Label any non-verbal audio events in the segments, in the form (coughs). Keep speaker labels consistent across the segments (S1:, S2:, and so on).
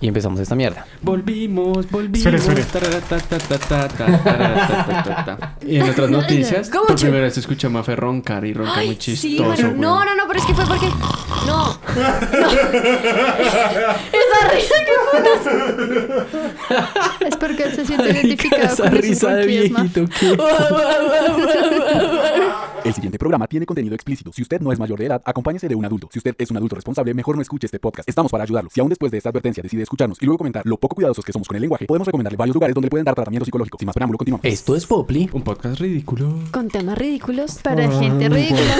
S1: Y empezamos esta
S2: (laughs)
S1: mierda.
S3: Volvimos, volvimos.
S4: Espere, espere.
S3: Tarara, ta, ta, ta, ta, ta, tarara, ta, ta, ta. Y en otras noticias,
S5: ¿Cómo
S3: por
S5: chu-
S3: primera vez se escucha a Mafe roncar y ronca muy
S5: sí,
S3: chistoso.
S5: bueno,
S3: güey.
S5: no, no, no, pero es que fue porque. No. no. (laughs) Esa risa que (laughs)
S2: Es porque se siente identificado con risa de
S6: El siguiente programa tiene contenido explícito. Si usted no es mayor de edad, acompáñese de un adulto. Si usted es un adulto responsable, mejor no escuche este podcast. Estamos para ayudarlo. Si aún después de esta advertencia decide escucharnos y luego comentar lo poco cuidadosos que somos con el lenguaje, podemos recomendarle varios lugares donde le pueden dar tratamiento psicológico. Sin más preámbulo, continuamos.
S1: Esto es Popli.
S3: Un podcast ridículo.
S5: Con temas ridículos.
S2: Para gente ridícula.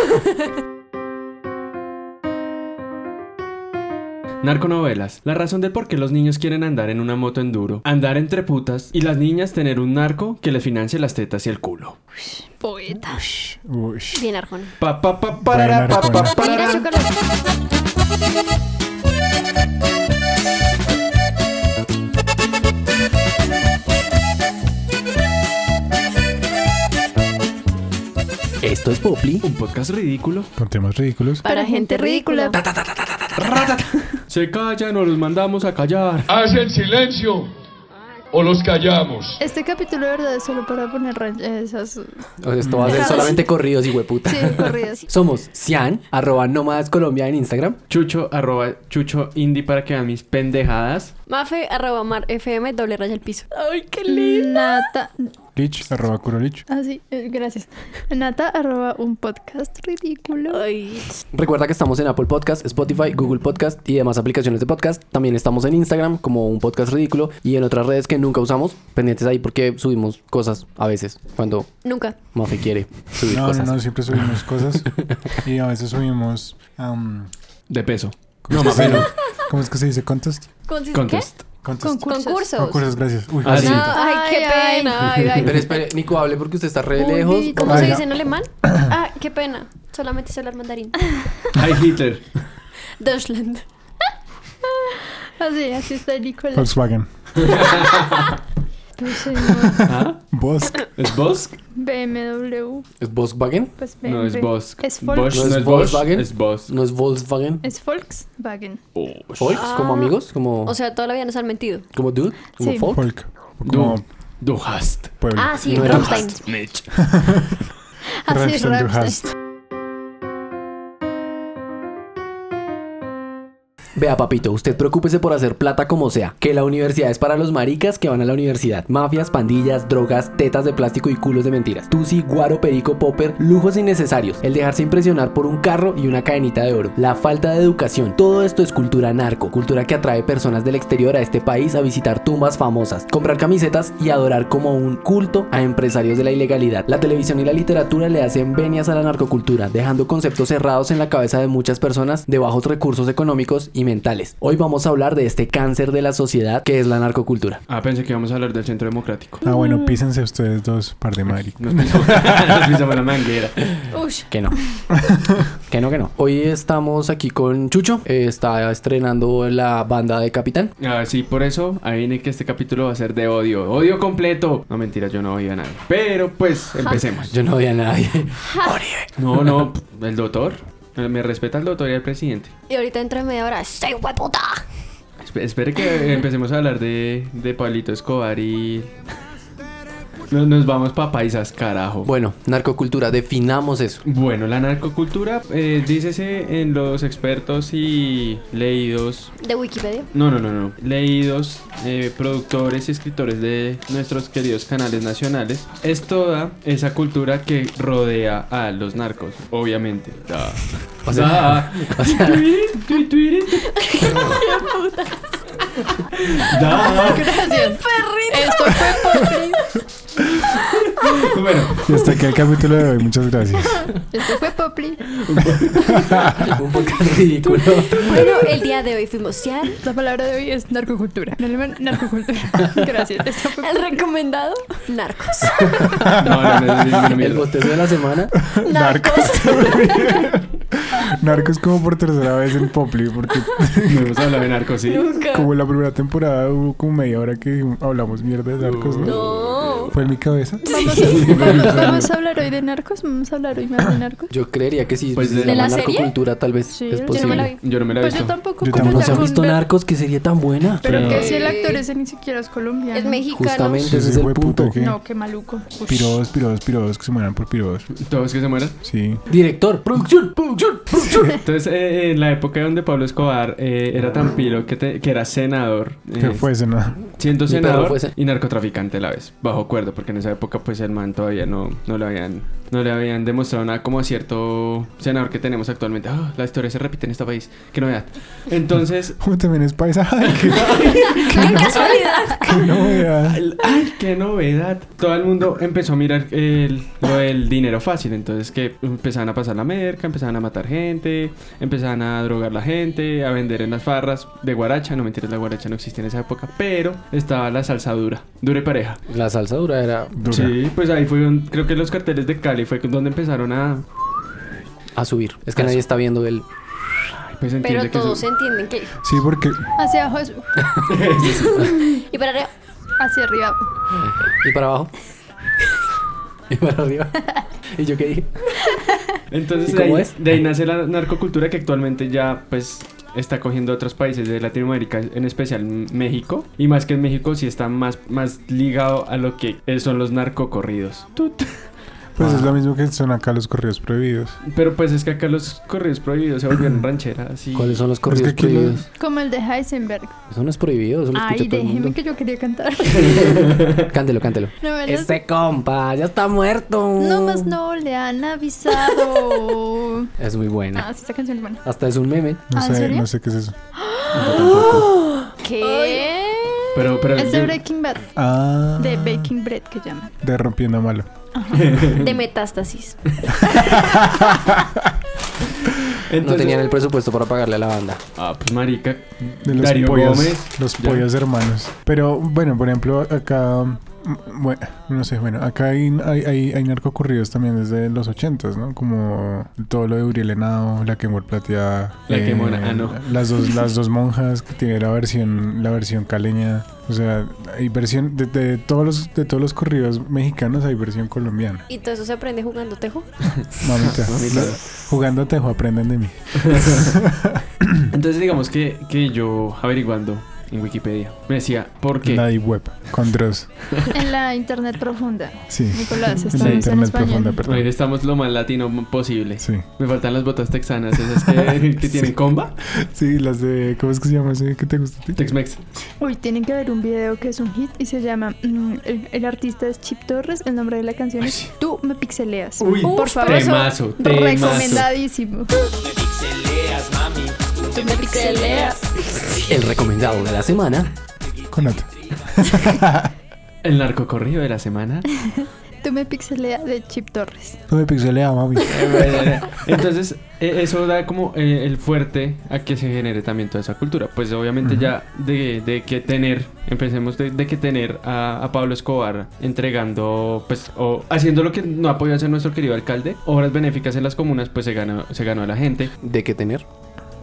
S3: Narconovelas. La razón del por qué los niños quieren andar en una moto enduro, andar entre putas y las niñas tener un narco que les financie las tetas y el culo.
S2: Poeta.
S4: Uy.
S5: Bien, Arjona.
S3: Pa pa pa parara, pa, pa,
S5: Mira,
S3: parara.
S5: chocolate.
S1: Esto es Popli.
S3: Un podcast ridículo.
S4: Con temas ridículos.
S5: Para gente ridícula.
S3: Se callan o los mandamos a callar.
S7: Hacen silencio o los callamos.
S2: Este capítulo, de verdad, es solo para poner ran- esas.
S1: O sea, Esto va a ser solamente corridos y hueputa.
S2: Sí, corridas.
S1: (laughs) Somos Cian, arroba nómadas Colombia en Instagram.
S3: Chucho arroba chucho indie para que vean mis pendejadas.
S5: Mafe arroba mar fm doble raya al piso. Ay, qué
S2: Nata.
S4: Lich, arroba curolich.
S2: Ah, sí, eh, gracias. Nata arroba un podcast ridículo.
S5: Ay.
S1: Recuerda que estamos en Apple Podcast, Spotify, Google Podcast y demás aplicaciones de podcast. También estamos en Instagram como un podcast ridículo y en otras redes que nunca usamos. Pendientes ahí porque subimos cosas a veces cuando
S5: Nunca.
S1: Mafe quiere subir
S4: No, no,
S1: cosas.
S4: no,
S3: (laughs)
S4: siempre subimos cosas. Y a veces subimos. am,
S3: De peso.
S4: ¿cómo
S3: No,
S4: es que
S3: Mabel,
S4: se- ¿Cómo es que se dice? Contest.
S5: ¿Consiste
S3: Contest.
S4: Contest.
S2: Concursos.
S5: Concursos.
S4: Concursos, gracias. Uy,
S3: Ah, sí.
S5: No,
S4: siento.
S5: ay, qué
S2: Ay, ay.
S5: pena.
S3: (laughs)
S5: Ay, ay.
S1: Pero espere, Nico, hable porque usted está re
S2: Uy,
S1: lejos.
S2: Nico.
S5: ¿Cómo se
S4: Vaya.
S5: dice
S3: (clears throat)
S5: en alemán? Ah, qué pena. Solamente sé hablar mandarín.
S3: Ay, Hitler.
S5: Deutschland.
S2: Así, así está Nicolás.
S4: Volkswagen.
S2: Uy, señor.
S3: ¿Ah?
S4: Bosk.
S3: ¿Es Bosch?
S2: BMW.
S1: ¿Es Volkswagen?
S2: Pues BMW.
S3: No, es Bosch.
S2: Es Volks.
S3: Bosch.
S1: No
S3: No
S1: es
S3: es Bosch.
S1: Volkswagen.
S3: Es Bosch.
S1: ¿No es Volkswagen?
S2: Es Volkswagen.
S1: ¿Volks? ¿Como amigos? ¿Como,
S5: O sea, toda la vida nos han mentido.
S1: como dude? ¿Como
S2: sí.
S1: folk?
S4: Folk. Como
S3: Du. Du hast.
S4: pueblo.
S5: Ah, sí, Ah,
S1: No era
S4: (laughs)
S5: Rammstein.
S2: Así este, es
S4: Rammstein, du
S2: Rammstein.
S4: hast.
S1: Vea, papito, usted preocúpese por hacer plata como sea. Que la universidad es para los maricas que van a la universidad. Mafias, pandillas, drogas, tetas de plástico y culos de mentiras. Tusi, guaro, perico, popper, lujos innecesarios. El dejarse impresionar por un carro y una cadenita de oro. La falta de educación. Todo esto es cultura narco. Cultura que atrae personas del exterior a este país a visitar tumbas famosas. Comprar camisetas y adorar como un culto a empresarios de la ilegalidad. La televisión y la literatura le hacen venias a la narcocultura, dejando conceptos cerrados en la cabeza de muchas personas de bajos recursos económicos y mentales. Hoy vamos a hablar de este cáncer de la sociedad que es la narcocultura.
S3: Ah, pensé que íbamos a hablar del
S1: (laughs)
S3: Centro Democrático.
S4: Ah, bueno, písense ustedes dos, par de
S3: (laughs)
S4: maricos.
S3: Nos pisamos, nos pisamos la manguera.
S5: Ush.
S1: Que no. que no, que no. Hoy estamos aquí con Chucho. eh, está estrenando la banda de Capitán.
S3: Ah, sí, por eso viene que este capítulo va a ser de odio. Odio completo. No, mentira, yo no odio a nadie. Pero pues, empecemos.
S1: Yo no odio a nadie.
S3: No, no, el doctor. Eh, Me respeta el doctor y el presidente.
S5: Y ahorita dentro de media hora. ¡Soy hueputa!
S3: Espe- espere que empecemos a hablar de, de Pablito Escobar y. Nos, nos vamos pa' paisas, carajo.
S1: Bueno, narcocultura, definamos eso.
S3: Bueno, la narcocultura, eh, dícese en los expertos y leídos
S5: De Wikipedia.
S3: No, no, no, no. Leídos, eh, productores y escritores de nuestros queridos canales nacionales. Es toda esa cultura que rodea a los narcos, obviamente. Da.
S1: O sea-
S3: Da. Tuirin, tui, tuirin. Da.
S2: Gracias. Perrito. Esto fue Popli.
S3: Bueno,
S4: Y hasta aquí el capítulo de hoy, muchas
S5: (laughs)
S4: gracias.
S2: Esto este fue Popli.
S1: (laughs) Un podcast ridículo.
S5: Bueno, el día de hoy fuimos Cian.
S2: La palabra de hoy es narcocultura. En alemán, narcocultura. Gracias. Esto fue
S5: El recomendado. Narcos.
S3: no, no, no, no, no,
S1: El
S3: mierda.
S1: botezo de la semana.
S4: Narcos. (laughs) Narcos como por tercera vez en Popli, porque
S3: No hemos hablado de narcos, sí.
S5: Nunca.
S4: como en la primera temporada hubo como media hora que hablamos mierda de Narcos, ¿no?
S5: No. wow.
S4: ¿Fue en mi cabeza?
S2: Vamos a, vamos- vamos a hablar hoy de narcos. Vamos a hablar hoy más de narcos.
S1: Yo creería que si
S3: Pues
S1: se
S3: de-
S1: llama
S5: ¿De la serie?
S1: narcocultura tal vez
S2: Sí,
S1: es
S2: yo no
S1: posible.
S5: Yo no me la vi.
S3: Yo no me la he
S2: Pues
S3: visto.
S2: yo tampoco
S4: Yo
S2: como
S4: tampoco.
S1: ¿No se ha
S2: tan
S1: visto
S2: con-
S1: Narcos que sería tan buena?
S2: Pero
S3: No.
S2: que si el actor ese ni siquiera es colombiano.
S5: Es mexicano.
S1: Justamente
S4: Sí,
S1: ese es
S4: sí,
S1: el
S4: hueputa,
S1: punto.
S4: ¿qué?
S2: No, qué maluco. Ush.
S4: Pirodos, pirodos, pirodos, que se mueran por pirodos.
S3: Todos que se mueran.
S4: Sí.
S1: Director, producción, producción, producción.
S3: Entonces, eh, en la época donde Pablo Escobar eh, era tan piro que, te- que era senador. eh,
S4: ¿Qué fue eso, no?
S3: Siendo
S1: Mi perro
S3: senador
S1: fue sen-
S3: y narcotraficante a la vez, bajo acuerdo, porque en esa época pues el man todavía no, no, le, habían, no le habían demostrado nada como a cierto senador que tenemos actualmente. Ah, la historia se repite en este país, qué novedad.
S1: (laughs)
S3: Entonces,
S4: Uy, también es paisa. (laughs) Ay, qué,
S5: (laughs)
S4: (laughs)
S5: ¡Qué casualidad!
S4: qué novedad.
S3: el- ¡ay, qué novedad! Todo el mundo empezó a mirar el, lo del dinero fácil, entonces que empezaban a pasar la merca, empezaban a matar gente, empezaban a drogar la gente, a vender en las farras de guaracha, no mentiras, la guaracha no existía en esa época, pero estaba la salsa dura, dura y pareja.
S1: La salsa dura era
S4: Dura.
S3: Sí, pues ahí fue, un- creo que los carteles de Cali fue donde empezaron a...
S1: a subir. Es que nadie está viendo el.
S3: Ay, Pues entiende
S5: Pero
S3: que eso-
S5: todos entienden que.
S4: Sí, porque
S2: Hacia abajo, es-
S5: Y para arriba.
S2: hacia arriba.
S1: Y para abajo. (laughs) Y para (laughs) arriba. ¿Y yo qué dije?
S3: Entonces,
S1: ¿Y
S3: de ahí-
S1: cómo es?
S3: de ahí nace la narcocultura que actualmente ya, pues, está cogiendo otros países de Latinoamérica, en especial México. Y más que en México, sí está más, más ligado a lo que eh, son los narcocorridos. Tut.
S4: pues es lo mismo que son acá los correos prohibidos.
S3: Pero pues es que acá los corridos prohibidos
S1: (clears throat)
S3: se volvieron rancheras. Y...
S1: ¿Cuáles son (laughs) los corridos
S4: aquí no-
S1: prohibidos?
S2: Como el de Heisenberg.
S1: Eso no es prohibido, eso lo escucha
S2: Ay,
S1: todo el mundo.
S2: déjeme que yo quería cantar. (laughs)
S1: (laughs) Cántelo, cántelo.
S2: No me las-
S1: Este compa ya está muerto.
S2: No más no le han avisado.
S1: Es muy buena.
S2: ah, sí, esta canción es buena.
S1: Hasta es un meme.
S4: No
S2: ¿Ah, en
S4: sé,
S2: serio?
S4: no sé qué es eso.
S5: ¿Qué?
S3: Pero, pero...
S2: Es de
S3: yo-
S2: Breaking Bad.
S4: Ah.
S2: De Baking Bread que llaman.
S4: De rompiendo a malo.
S5: De metástasis.
S1: No
S3: (laughs) entonces-
S1: tenían el presupuesto para pagarle a la banda.
S3: Ah, pues marica.
S4: De los
S3: Darío
S4: pollos.
S3: Gómez.
S4: Los
S3: Ya.
S4: pollos hermanos. Pero bueno, por ejemplo, acá. mm, Bueno, no sé, bueno, acá hay, hay, hay, hay narcocorridos también desde los ochentas, ¿no? Como todo lo de Uriel Henao, la que plateada.
S3: La Quemona, ah, no.
S4: eh, Las
S3: (laughs)
S4: dos, las dos monjas que tiene la versión, la versión caleña. O sea, hay versión, de, de todos los, de todos los corridos mexicanos hay
S3: (laughs)
S4: versión colombiana.
S5: ¿Y todo eso se aprende jugando tejo?
S4: Mamita, la- jugando a tejo, aprenden de mí.
S3: Pues, Entonces digamos que, que yo averiguando en Wikipedia me decía, ¿por qué?
S4: La web, con Dross.
S2: En la internet profunda.
S4: Sí.
S3: (laughs)
S2: Nicolás,
S4: En la
S2: estamos en
S4: internet
S2: español.
S4: profunda, perdón.
S3: Hoy estamos lo más latino posible.
S4: Sí.
S3: Me faltan las botas texanas, esas que, que tienen comba.
S4: Sí, las de. ¿Cómo es que se llama ese? ¿Qué te gusta a ti?
S3: Tex-Mex.
S2: Uy, tienen que ver un video que es un hit y se llama. mm, el, el artista es Chip Torres. El nombre de la canción
S3: Ay,
S2: es
S3: sí.
S2: Tú me pixeleas.
S3: Uy,
S2: por favor. eso-
S3: temazo, temazo.
S2: Recomendadísimo.
S5: De pixeleas.
S1: El recomendado de la semana.
S4: Con otra.
S3: El narcocorrido de la semana.
S2: Tú me pixeleas de Chip Torres.
S4: No me pixelea, mami.
S3: (laughs) Entonces, eh, eso da como eh, el fuerte a que se genere también toda esa cultura. Pues obviamente ya de, de que tener, empecemos de, de que tener a, a Pablo Escobar entregando, pues, o haciendo lo que no ha podido hacer nuestro querido alcalde, obras benéficas en las comunas, pues se ganó, se ganó a la gente.
S1: ¿De qué tener?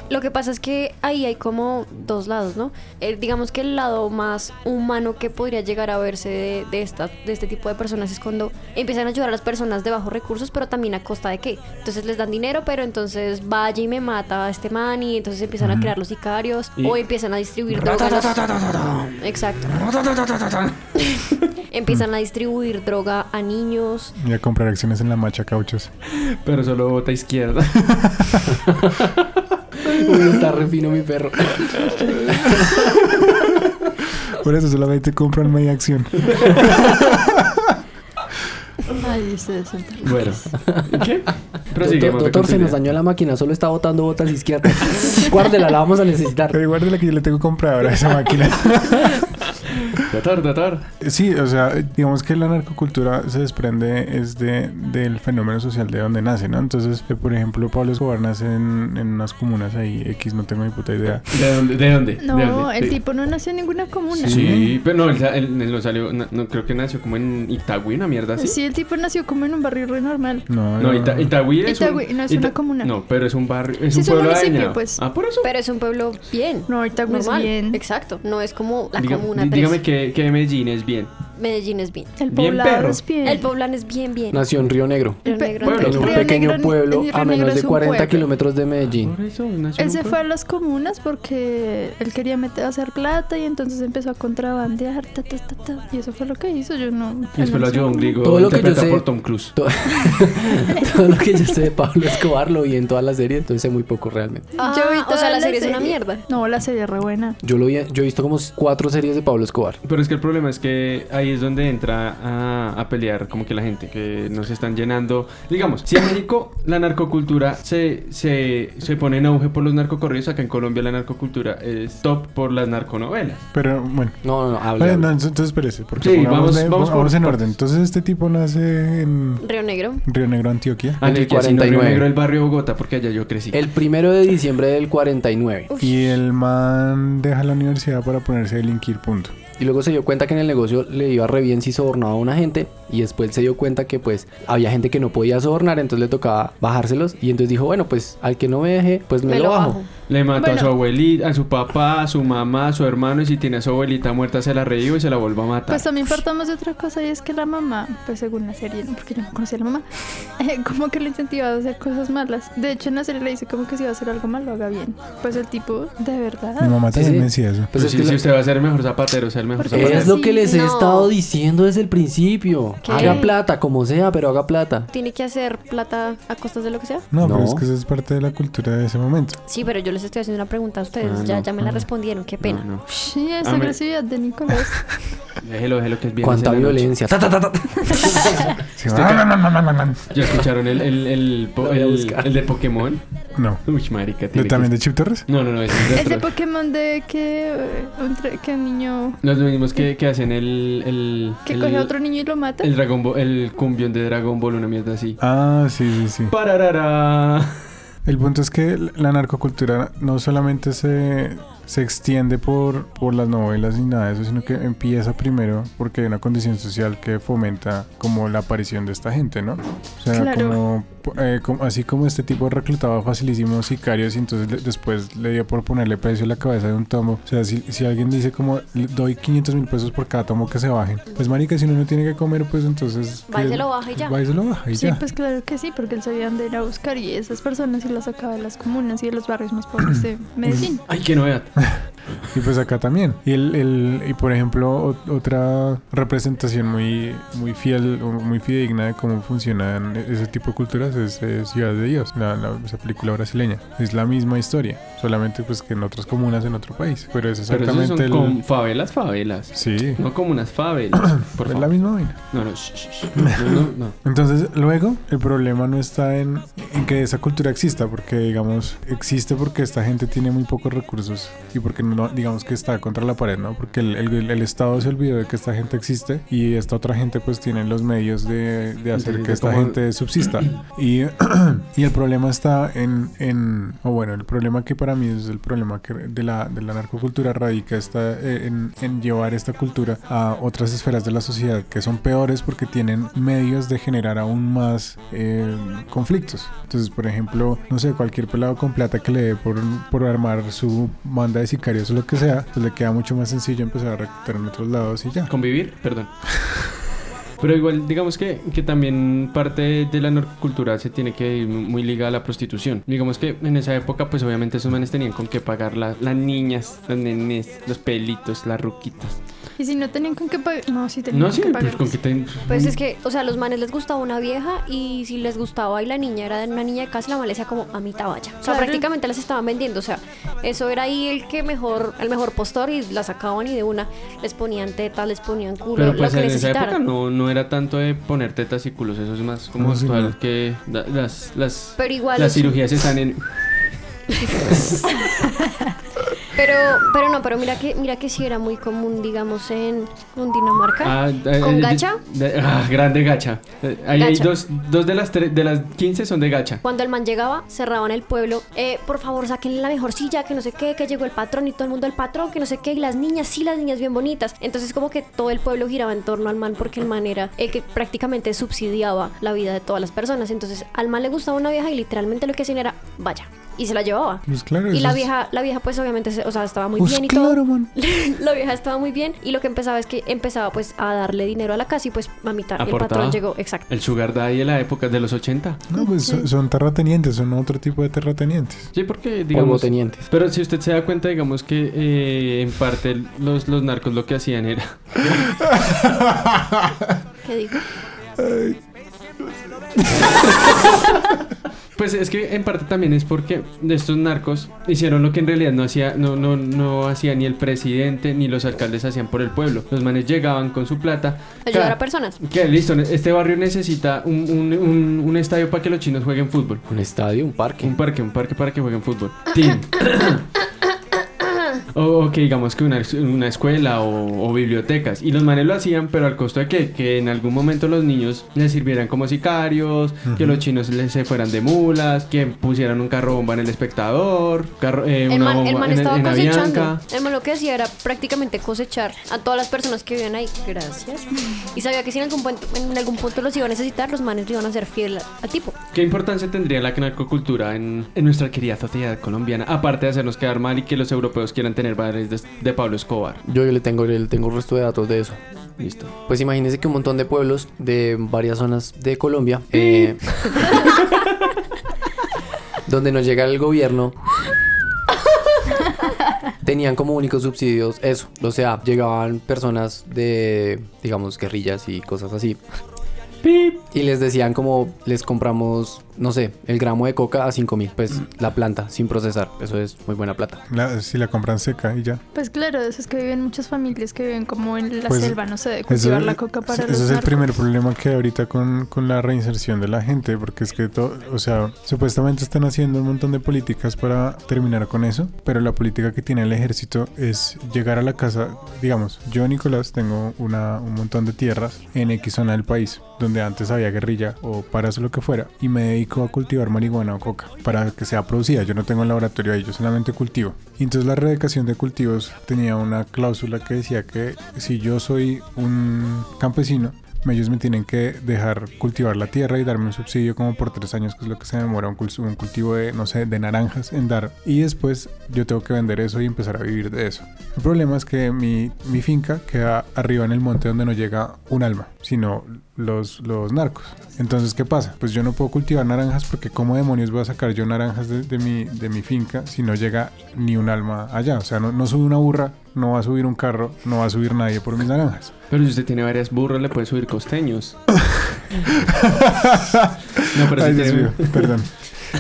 S5: Lo que pasa es que ahí hay como dos lados, ¿no? Eh, digamos que el lado más humano que podría llegar a verse de, de esta, de este tipo de personas es cuando empiezan a ayudar a las personas de bajos recursos, pero también a costa de qué. Entonces les dan dinero, pero entonces vaya y me mata a este man y entonces empiezan a crear los sicarios
S3: Y-
S5: o empiezan a distribuir droga. a los- Exacto. empiezan a distribuir droga a niños.
S4: Y a comprar acciones en la macha cauchos.
S3: Pero solo bota izquierda.
S1: Uy, está re fino mi perro.
S4: Por eso solamente compran media acción.
S2: Ay, ustedes son terribles.
S3: Bueno. ¿Qué?
S1: Doctor, doctor,
S3: Prosigamos,
S1: se
S3: reconsidera.
S1: nos dañó la máquina, solo está botando botas izquierdas. Guárdela, la vamos a necesitar.
S4: Pero igual de la que yo le tengo comprada ahora a esa máquina.
S3: Doctor, doctor.
S4: Sí, o sea, digamos que la narcocultura se desprende es de, del fenómeno social de donde nace, ¿no? Entonces, eh, por ejemplo, Pablo Escobar nace en, en unas comunas ahí, X, no tengo ni puta idea.
S3: ¿De dónde? ¿De dónde? ¿De
S2: No,
S3: dónde?
S2: el
S3: De-
S2: tipo no nació en ninguna comuna.
S3: Sí, pero no, él, sa- él- él no salió, no, no, creo que nació como en Itagüí, una mierda así. Mm.
S2: Sí, el tipo nació como en un barrio re normal.
S4: Ah, No,
S3: No, Ita- Itagüí es un-
S2: Itagüí no es una comuna.
S3: No, pero es un barrio, es
S2: Sí,
S3: un
S2: es un
S3: pueblo
S2: municipio,
S3: dañado.
S2: pues.
S3: Ah, por eso.
S5: Pero es un pueblo bien.
S2: No, ahorita es
S5: normal.
S2: bien.
S5: Exacto. No es como la
S3: Diga-
S5: comuna
S3: di-
S2: pues.
S5: tres.
S3: dígame que, que Medellín es bien.
S5: Medellín es bien.
S2: El
S3: Bien
S2: poblado
S3: perro.
S2: es bien.
S5: El poblán es bien, bien.
S1: Nació en Río Negro.
S5: Río
S2: El pe-
S5: Negro,
S3: Pueblo,
S1: En un
S2: Río
S1: pequeño
S2: Negro-
S1: pueblo
S2: Río
S1: a
S2: Negro
S1: menos
S2: es
S1: de
S2: un
S1: 40
S2: pueblo.
S1: kilómetros de Medellín.
S3: Por eso, nació
S2: Él
S3: en
S2: se
S3: un
S2: fue a las comunas porque él quería meter a hacer plata y entonces empezó a contrabandear. ta, ta, ta, ta, y eso fue lo que hizo. Yo no.
S3: Y después lo ayudó a un griego
S1: Todo lo que yo
S3: interpretado
S1: sé-
S3: por Tom Cruise.
S1: To- (laughs) Todo lo que yo sé de Pablo Escobar lo vi en todas las series, entonces sé muy poco realmente.
S5: Ah,
S2: Yo vi
S5: o sea,
S2: toda
S5: la
S2: la
S5: serie es una
S2: serie.
S5: mierda.
S2: No, la serie es re buena.
S1: Yo lo vi, yo he visto como cuatro series de Pablo Escobar.
S3: Pero es que el problema es que ahí es donde entra a, a pelear como que la gente, que nos están llenando. Digamos, si en México la narcocultura se, se, se pone en auge por los narcocorridos, acá en Colombia la narcocultura es top por las narconovelas.
S4: Pero bueno.
S1: No, no, no, habla.
S4: Vale,
S1: habla.
S4: no, entonces espérese, porque
S3: Sí,
S4: pongamos
S3: vamos-
S4: de-
S3: vamos por
S4: pongamos en
S3: partes.
S4: orden. Entonces este tipo nace en
S5: Río Negro.
S4: Río Negro, Antioquia.
S1: En el
S3: Antioquia, sino Río
S1: 49.
S3: Negro, el barrio de Bogotá, porque allá yo crecí.
S1: El primero de diciembre del 49.
S5: Uf.
S4: Y el man deja la universidad para ponerse a delinquir, punto.
S1: Y luego se dio cuenta que en el negocio le iba re bien si sobornaba a una gente. Y después se dio cuenta que pues había gente que no podía sobornar, entonces le tocaba bajárselos. Y entonces dijo, bueno, pues al que no me deje, pues me, lo bajo.
S3: Le mató a su
S2: Bueno.
S3: abuelita, a su papá, a su mamá, a su hermano, y si tiene a su abuelita muerta se la revivo y se la vuelvo a matar.
S2: Pues también partamos de otra cosa y es que la mamá, pues según la serie, ¿no? porque yo no conocía a la mamá, (laughs) eh, como que le incentivaba a hacer cosas malas. De hecho, en la serie le dice como que si va a hacer algo malo, lo haga bien. Pues el tipo, de
S4: Mi
S2: verdad.
S4: mamá
S1: Sí,
S4: también
S1: sí.
S4: me decía eso.
S1: Pues
S3: Pero
S1: es
S3: sí,
S1: que
S3: si
S1: lo-
S3: usted va a ser el mejor zapatero, sea el mejor
S2: Porque-
S3: zapatero.
S1: Es lo que les he
S5: No.
S1: estado diciendo desde el principio.
S5: ¿Qué?
S1: Haga plata, como sea, pero haga plata.
S5: Tiene que hacer plata Ah, a costas de lo que sea.
S4: No, pero
S1: No.
S4: es que eso es parte de la cultura de ese momento.
S5: Sí, pero yo les estoy haciendo una pregunta a ustedes.
S3: Ah,
S5: ya,
S3: no.
S5: ya me la respondieron. Qué pena.
S3: No, no.
S2: Sí, esa
S3: Ah, me-
S2: agresividad de Nicolás.
S3: Déjelo, déjelo que es bien.
S1: Cuánta violencia. Ta, ta, ta, ta.
S4: Sí, no, no, no, no, no, no.
S3: ¿Ya escucharon el, el, el, po-
S1: Lo voy a
S3: el-
S1: buscar.
S3: el de Pokémon?
S4: No.
S3: Uy, marica,
S4: ¿De-
S3: tiene
S4: ¿También
S3: que-
S4: de Chip Torres?
S3: No, no, no, ese es de
S2: Es de
S3: otro.
S2: Pokémon de que, eh, un tra- que un niño
S3: Los mismos que, que hacen el... el
S2: que
S3: el,
S2: coge a otro niño y lo mata.
S3: El, Dragon Ball, el cumbión de Dragon Ball, una mierda así.
S4: Ah, sí, sí, sí.
S3: Pararara.
S4: El punto es que la narcocultura no solamente se, se extiende por, por las novelas ni nada de eso, sino que empieza primero porque hay una condición social que fomenta como la aparición de esta gente, ¿no? O sea,
S2: Claro.
S4: como, eh, como- así como este tipo reclutaba facilísimos sicarios y entonces le- después le dio por ponerle precio a la cabeza de un tomo. O sea, si, si alguien dice como "Le doy 500 mil pesos por cada tomo que se bajen, pues marica, si uno no tiene que comer, pues entonces...
S5: Va y
S4: que-
S5: se lo baja y ya.
S4: Va y se lo baja y
S2: Sí,
S4: ya.
S2: pues claro que sí, porque él sabía dónde ir a buscar y esas personas y las sacaba de las comunas y de los barrios más pobres de
S4: Mm.
S2: Medellín.
S3: Ay, qué novedad.
S4: Y pues acá también. Y, el, el- y por ejemplo, o- otra representación muy, muy fiel, o muy fidedigna de cómo funcionan e-, ese tipo de culturas es, eh, Ciudad de Dios, la, la- esa película brasileña. Es la misma historia, solamente pues que en otras comunas en otro país. Pero es
S3: Pero
S4: exactamente
S3: esos son
S4: el...
S3: con favelas, favelas.
S4: Sí,
S3: No como unas favelas. Por
S4: es la
S3: favor.
S4: misma vaina.
S3: No, no, shh, shh, shh. no, no, no.
S4: Entonces, luego, el problema no está en, en que esa cultura exista, porque, digamos, existe porque esta gente tiene muy pocos recursos y porque, no, digamos, que está contra la pared, ¿no? Porque el, el- el Estado se olvidó de que esta gente existe y esta otra gente, pues, tiene los medios de, de hacer
S3: Entonces,
S4: que esta
S3: ¿cómo-
S4: gente subsista. Y, y el problema está en, en- o bueno, el problema que para mí es el problema que de la, de la narcocultura radica está eh, en, en llevar esta cultura a otras esferas de la sociedad que son peores porque tienen medios de generar aún más eh, conflictos. Entonces, por ejemplo, no sé, cualquier pelado con plata que le dé por, por armar su banda de sicarios o lo que sea, pues le queda mucho más sencillo empezar a reclutar en otros lados y ya.
S3: Convivir, perdón. Pero igual, digamos que, que también parte de la narcocultura se tiene que ir muy ligada a la prostitución. Digamos que en esa época, pues obviamente esos manes tenían con qué pagar la- las niñas, los nenes, los pelitos, las ruquitas.
S2: Y si no tenían con qué pagar, no, sí tenían
S3: No,
S2: con
S3: sí,
S2: qué
S3: pues
S2: pagar.
S3: con qué ten-
S5: Pues es que, o sea, a los manes les gustaba una vieja y si les gustaba y la niña era de una niña de casa, la mamá le decía como a mitad vaya. O sea,
S2: Claro.
S5: prácticamente las estaban vendiendo. O sea, eso era ahí el que mejor, el mejor postor y la sacaban y de una les ponían tetas, les ponían culo,
S3: Pero pues
S5: lo que
S3: en esa época
S5: necesitaran.
S3: no, no era tanto de poner tetas y culos, eso es más como
S4: No, sí,
S3: actual
S4: no.
S3: que da- las, las,
S5: Pero igual
S3: las
S5: es-
S3: cirugías están en...
S5: Pero, pero no, pero mira que, mira que sí era muy común, digamos, en Cundinamarca.
S3: Ah, eh,
S5: ¿Con
S3: eh,
S5: gacha?
S3: de- ah, grande gacha. Eh, ahí hay
S5: Gacha.
S3: dos, dos de las tres, de las 15 son de gacha.
S5: Cuando el man llegaba, cerraban el pueblo. eh, por favor, saquen la mejor silla, que no sé qué, que llegó el patrón y todo el mundo el patrón, que no sé qué, y las niñas, sí, las niñas bien bonitas. Entonces, como que todo el pueblo giraba en torno al man, porque el man era el que prácticamente subsidiaba la vida de todas las personas. Entonces, al man le gustaba una vieja y literalmente lo que hacían era, vaya, y se la llevaba.
S4: Pues claro,
S5: Y
S4: eso
S5: la
S4: es-
S5: vieja, la vieja pues obviamente, se- o sea, estaba muy
S4: Pues
S5: bien y
S4: claro,
S5: todo.
S4: man.
S5: (laughs) la vieja estaba muy bien y lo que empezaba es que empezaba pues a darle dinero a la casa y pues mamita, el
S3: Aportaba.
S5: patrón llegó, exacto.
S3: El Sugar Daddy de la época de los 80.
S4: No, pues son, son terratenientes, son otro tipo de terratenientes.
S3: Sí, porque digamos.
S1: tenientes.
S3: Pero si usted se da cuenta, digamos que eh, en parte los, los narcos lo que hacían era (laughs)
S5: ¿Qué digo?
S3: Pues es que en parte también es porque estos narcos hicieron lo que en realidad no hacía, no, no, no hacía ni el presidente ni los alcaldes hacían por el pueblo. Los manes llegaban con su plata.
S5: Ayudar
S3: Ca-
S5: a personas.
S3: Que listo, este barrio necesita un, un- un- un estadio para que los chinos jueguen fútbol.
S1: Un estadio, un parque.
S3: Un parque, un parque para que jueguen
S5: (coughs)
S3: fútbol. Team. (coughs) O, o que digamos que una, una escuela o, o bibliotecas. Y los manes lo hacían, pero al costo de que, que en algún momento los niños les sirvieran como sicarios, que los chinos les se fueran de mulas, que pusieran un carro bomba en el espectador, carro- eh,
S5: El
S3: una
S5: man,
S3: bomba
S5: el man
S3: en, el-
S5: estaba
S3: en
S5: cosechando.
S3: Avianca.
S5: El man lo que hacía era prácticamente cosechar a todas las personas que vivían ahí. Gracias. Y sabía que si en algún, punto, en algún punto los iba a necesitar, los manes le iban a ser fiel a- al tipo.
S3: ¿Qué importancia tendría la narcocultura en, en nuestra querida sociedad colombiana? Aparte de hacernos quedar mal y que los europeos quieran tener bares de, de Pablo Escobar.
S1: Yo le tengo, le tengo el resto de datos de eso.
S3: Listo.
S1: Pues imagínense que un montón de pueblos de varias zonas de Colombia, eh, (laughs) donde nos llega el gobierno, tenían como únicos subsidios eso. O sea, llegaban personas de, digamos, guerrillas y cosas así. Y les decían como, les compramos, no sé, el gramo de coca a 5 mil, pues la planta, sin procesar. Eso es muy buena plata.
S4: La- si la compran seca y ya.
S2: Pues claro, eso es que viven muchas familias que viven como en la
S4: Pues,
S2: selva, no sé, de
S4: Eso-
S2: cultivar la coca para
S4: ese
S2: los
S4: es el
S2: narcos.
S4: primer problema que hay ahorita con, con la reinserción de la gente, porque es que todo, o sea, supuestamente están haciendo un montón de políticas para terminar con eso, pero la política que tiene el ejército es llegar a la casa, digamos, yo Nicolás tengo una, un montón de tierras en X zona del país, donde antes había guerrilla o paras o lo que fuera, y me dedico a cultivar marihuana o coca para que sea producida. Yo no tengo el laboratorio ahí, yo solamente cultivo. Y entonces la erradicación de cultivos tenía una cláusula que decía que si yo soy un campesino, ellos me tienen que dejar cultivar la tierra y darme un subsidio como por tres años, que es lo que se demora un, cul- un cultivo de, no sé, de naranjas en dar. Y después yo tengo que vender eso y empezar a vivir de eso. El problema es que mi, mi finca queda arriba en el monte donde no llega un alma, sino los, los narcos. Entonces, ¿qué pasa? Pues yo no puedo cultivar naranjas porque ¿cómo demonios voy a sacar yo naranjas de, de mi, de mi finca si no llega ni un alma allá? O sea, no, no sube una burra, no va a subir un carro, no va a subir nadie por mis naranjas.
S3: Pero si usted tiene varias burras, le puede subir costeños. No, pero sí
S4: Ay, Dios
S3: tiene-
S4: mío, perdón.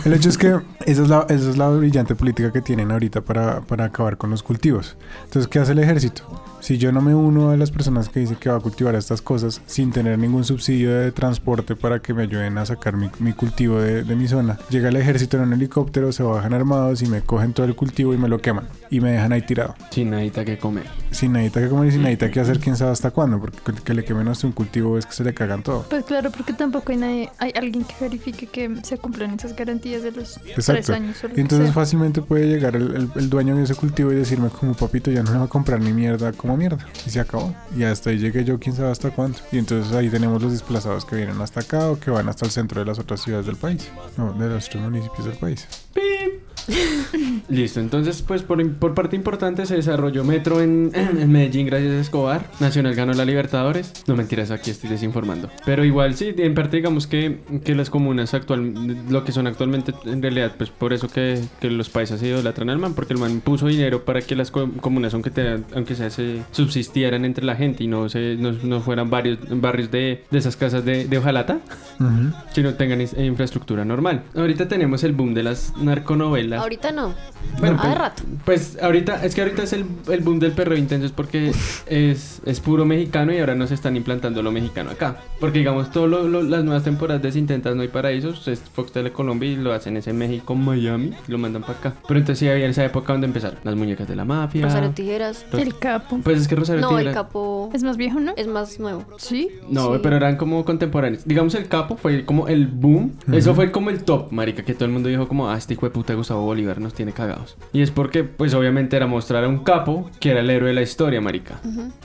S4: El hecho es que esa es, la, esa es la brillante política que tienen ahorita para, para acabar con los cultivos. Entonces, ¿qué hace el ejército? Si yo no me uno a las personas que dicen que va a cultivar estas cosas sin tener ningún subsidio de transporte para que me ayuden a sacar mi, mi cultivo de, de mi zona, llega el ejército en un helicóptero, se bajan armados y me cogen todo el cultivo y me lo queman y me dejan ahí tirado.
S3: Chinadita que comer.
S4: Sin nadita que comer y sin nadita que hacer, quién sabe hasta cuándo, porque que le quemen hasta un cultivo es que se le cagan todo.
S2: Pues claro, porque tampoco hay nadie, hay alguien que verifique que se cumplan esas garantías de los tres
S4: Exacto.
S2: años. o lo
S4: Y
S2: que
S4: entonces
S2: sea.
S4: fácilmente puede llegar el, el- el dueño de ese cultivo y decirme como papito, ya no le va a comprar ni mierda como mierda. Y se acabó. Y hasta ahí llegué yo, quién sabe hasta cuánto. Y entonces ahí tenemos los desplazados que vienen hasta acá o que van hasta el centro de las otras ciudades del país. No, de los tres municipios del país.
S3: Listo, entonces pues por, por parte importante se desarrolló Metro en, (clears throat) en Medellín gracias a Escobar, Nacional ganó la Libertadores, no mentiras, aquí estoy desinformando, pero igual sí, en parte digamos que, que las comunas actual, lo que son actualmente en realidad pues por eso que, que los países se idolatran al man, porque el man puso dinero para que las co- comunas aunque, te- aunque sea se subsistieran entre la gente y no, se, no, no fueran varios barrios de, de esas casas de, de hojalata, que no tengan is- infraestructura normal. Ahorita tenemos el boom de las narconovelas.
S5: Ahorita no.
S3: Bueno,
S5: Ah, de
S3: pues-
S5: rato.
S3: Pues ahorita, es que ahorita es el, el boom del perro intenso, es porque es, es puro mexicano y ahora nos están implantando lo mexicano acá. Porque digamos, todas las nuevas temporadas de Se Intentas No hay Paraísos, es Fox Tele Colombia y lo hacen es en México, Miami, y lo mandan para acá. Pero entonces sí había esa época donde empezaron las muñecas de la mafia.
S5: Rosario Tijeras.
S2: El capo.
S3: Pues es que Rosario
S5: No, el
S3: Tijeras-
S5: capo
S2: Es más viejo, ¿no?
S5: es más nuevo.
S2: Sí.
S3: No,
S5: Sí.
S3: pero eran como contemporáneos. Digamos, el capo fue como el boom. Eso fue como el top, marica, que todo el mundo dijo como, ah, este hijo de puta Gustavo Bolívar nos tiene cagados. Y es porque, pues obviamente era mostrar a un capo que era el héroe de la historia, marica.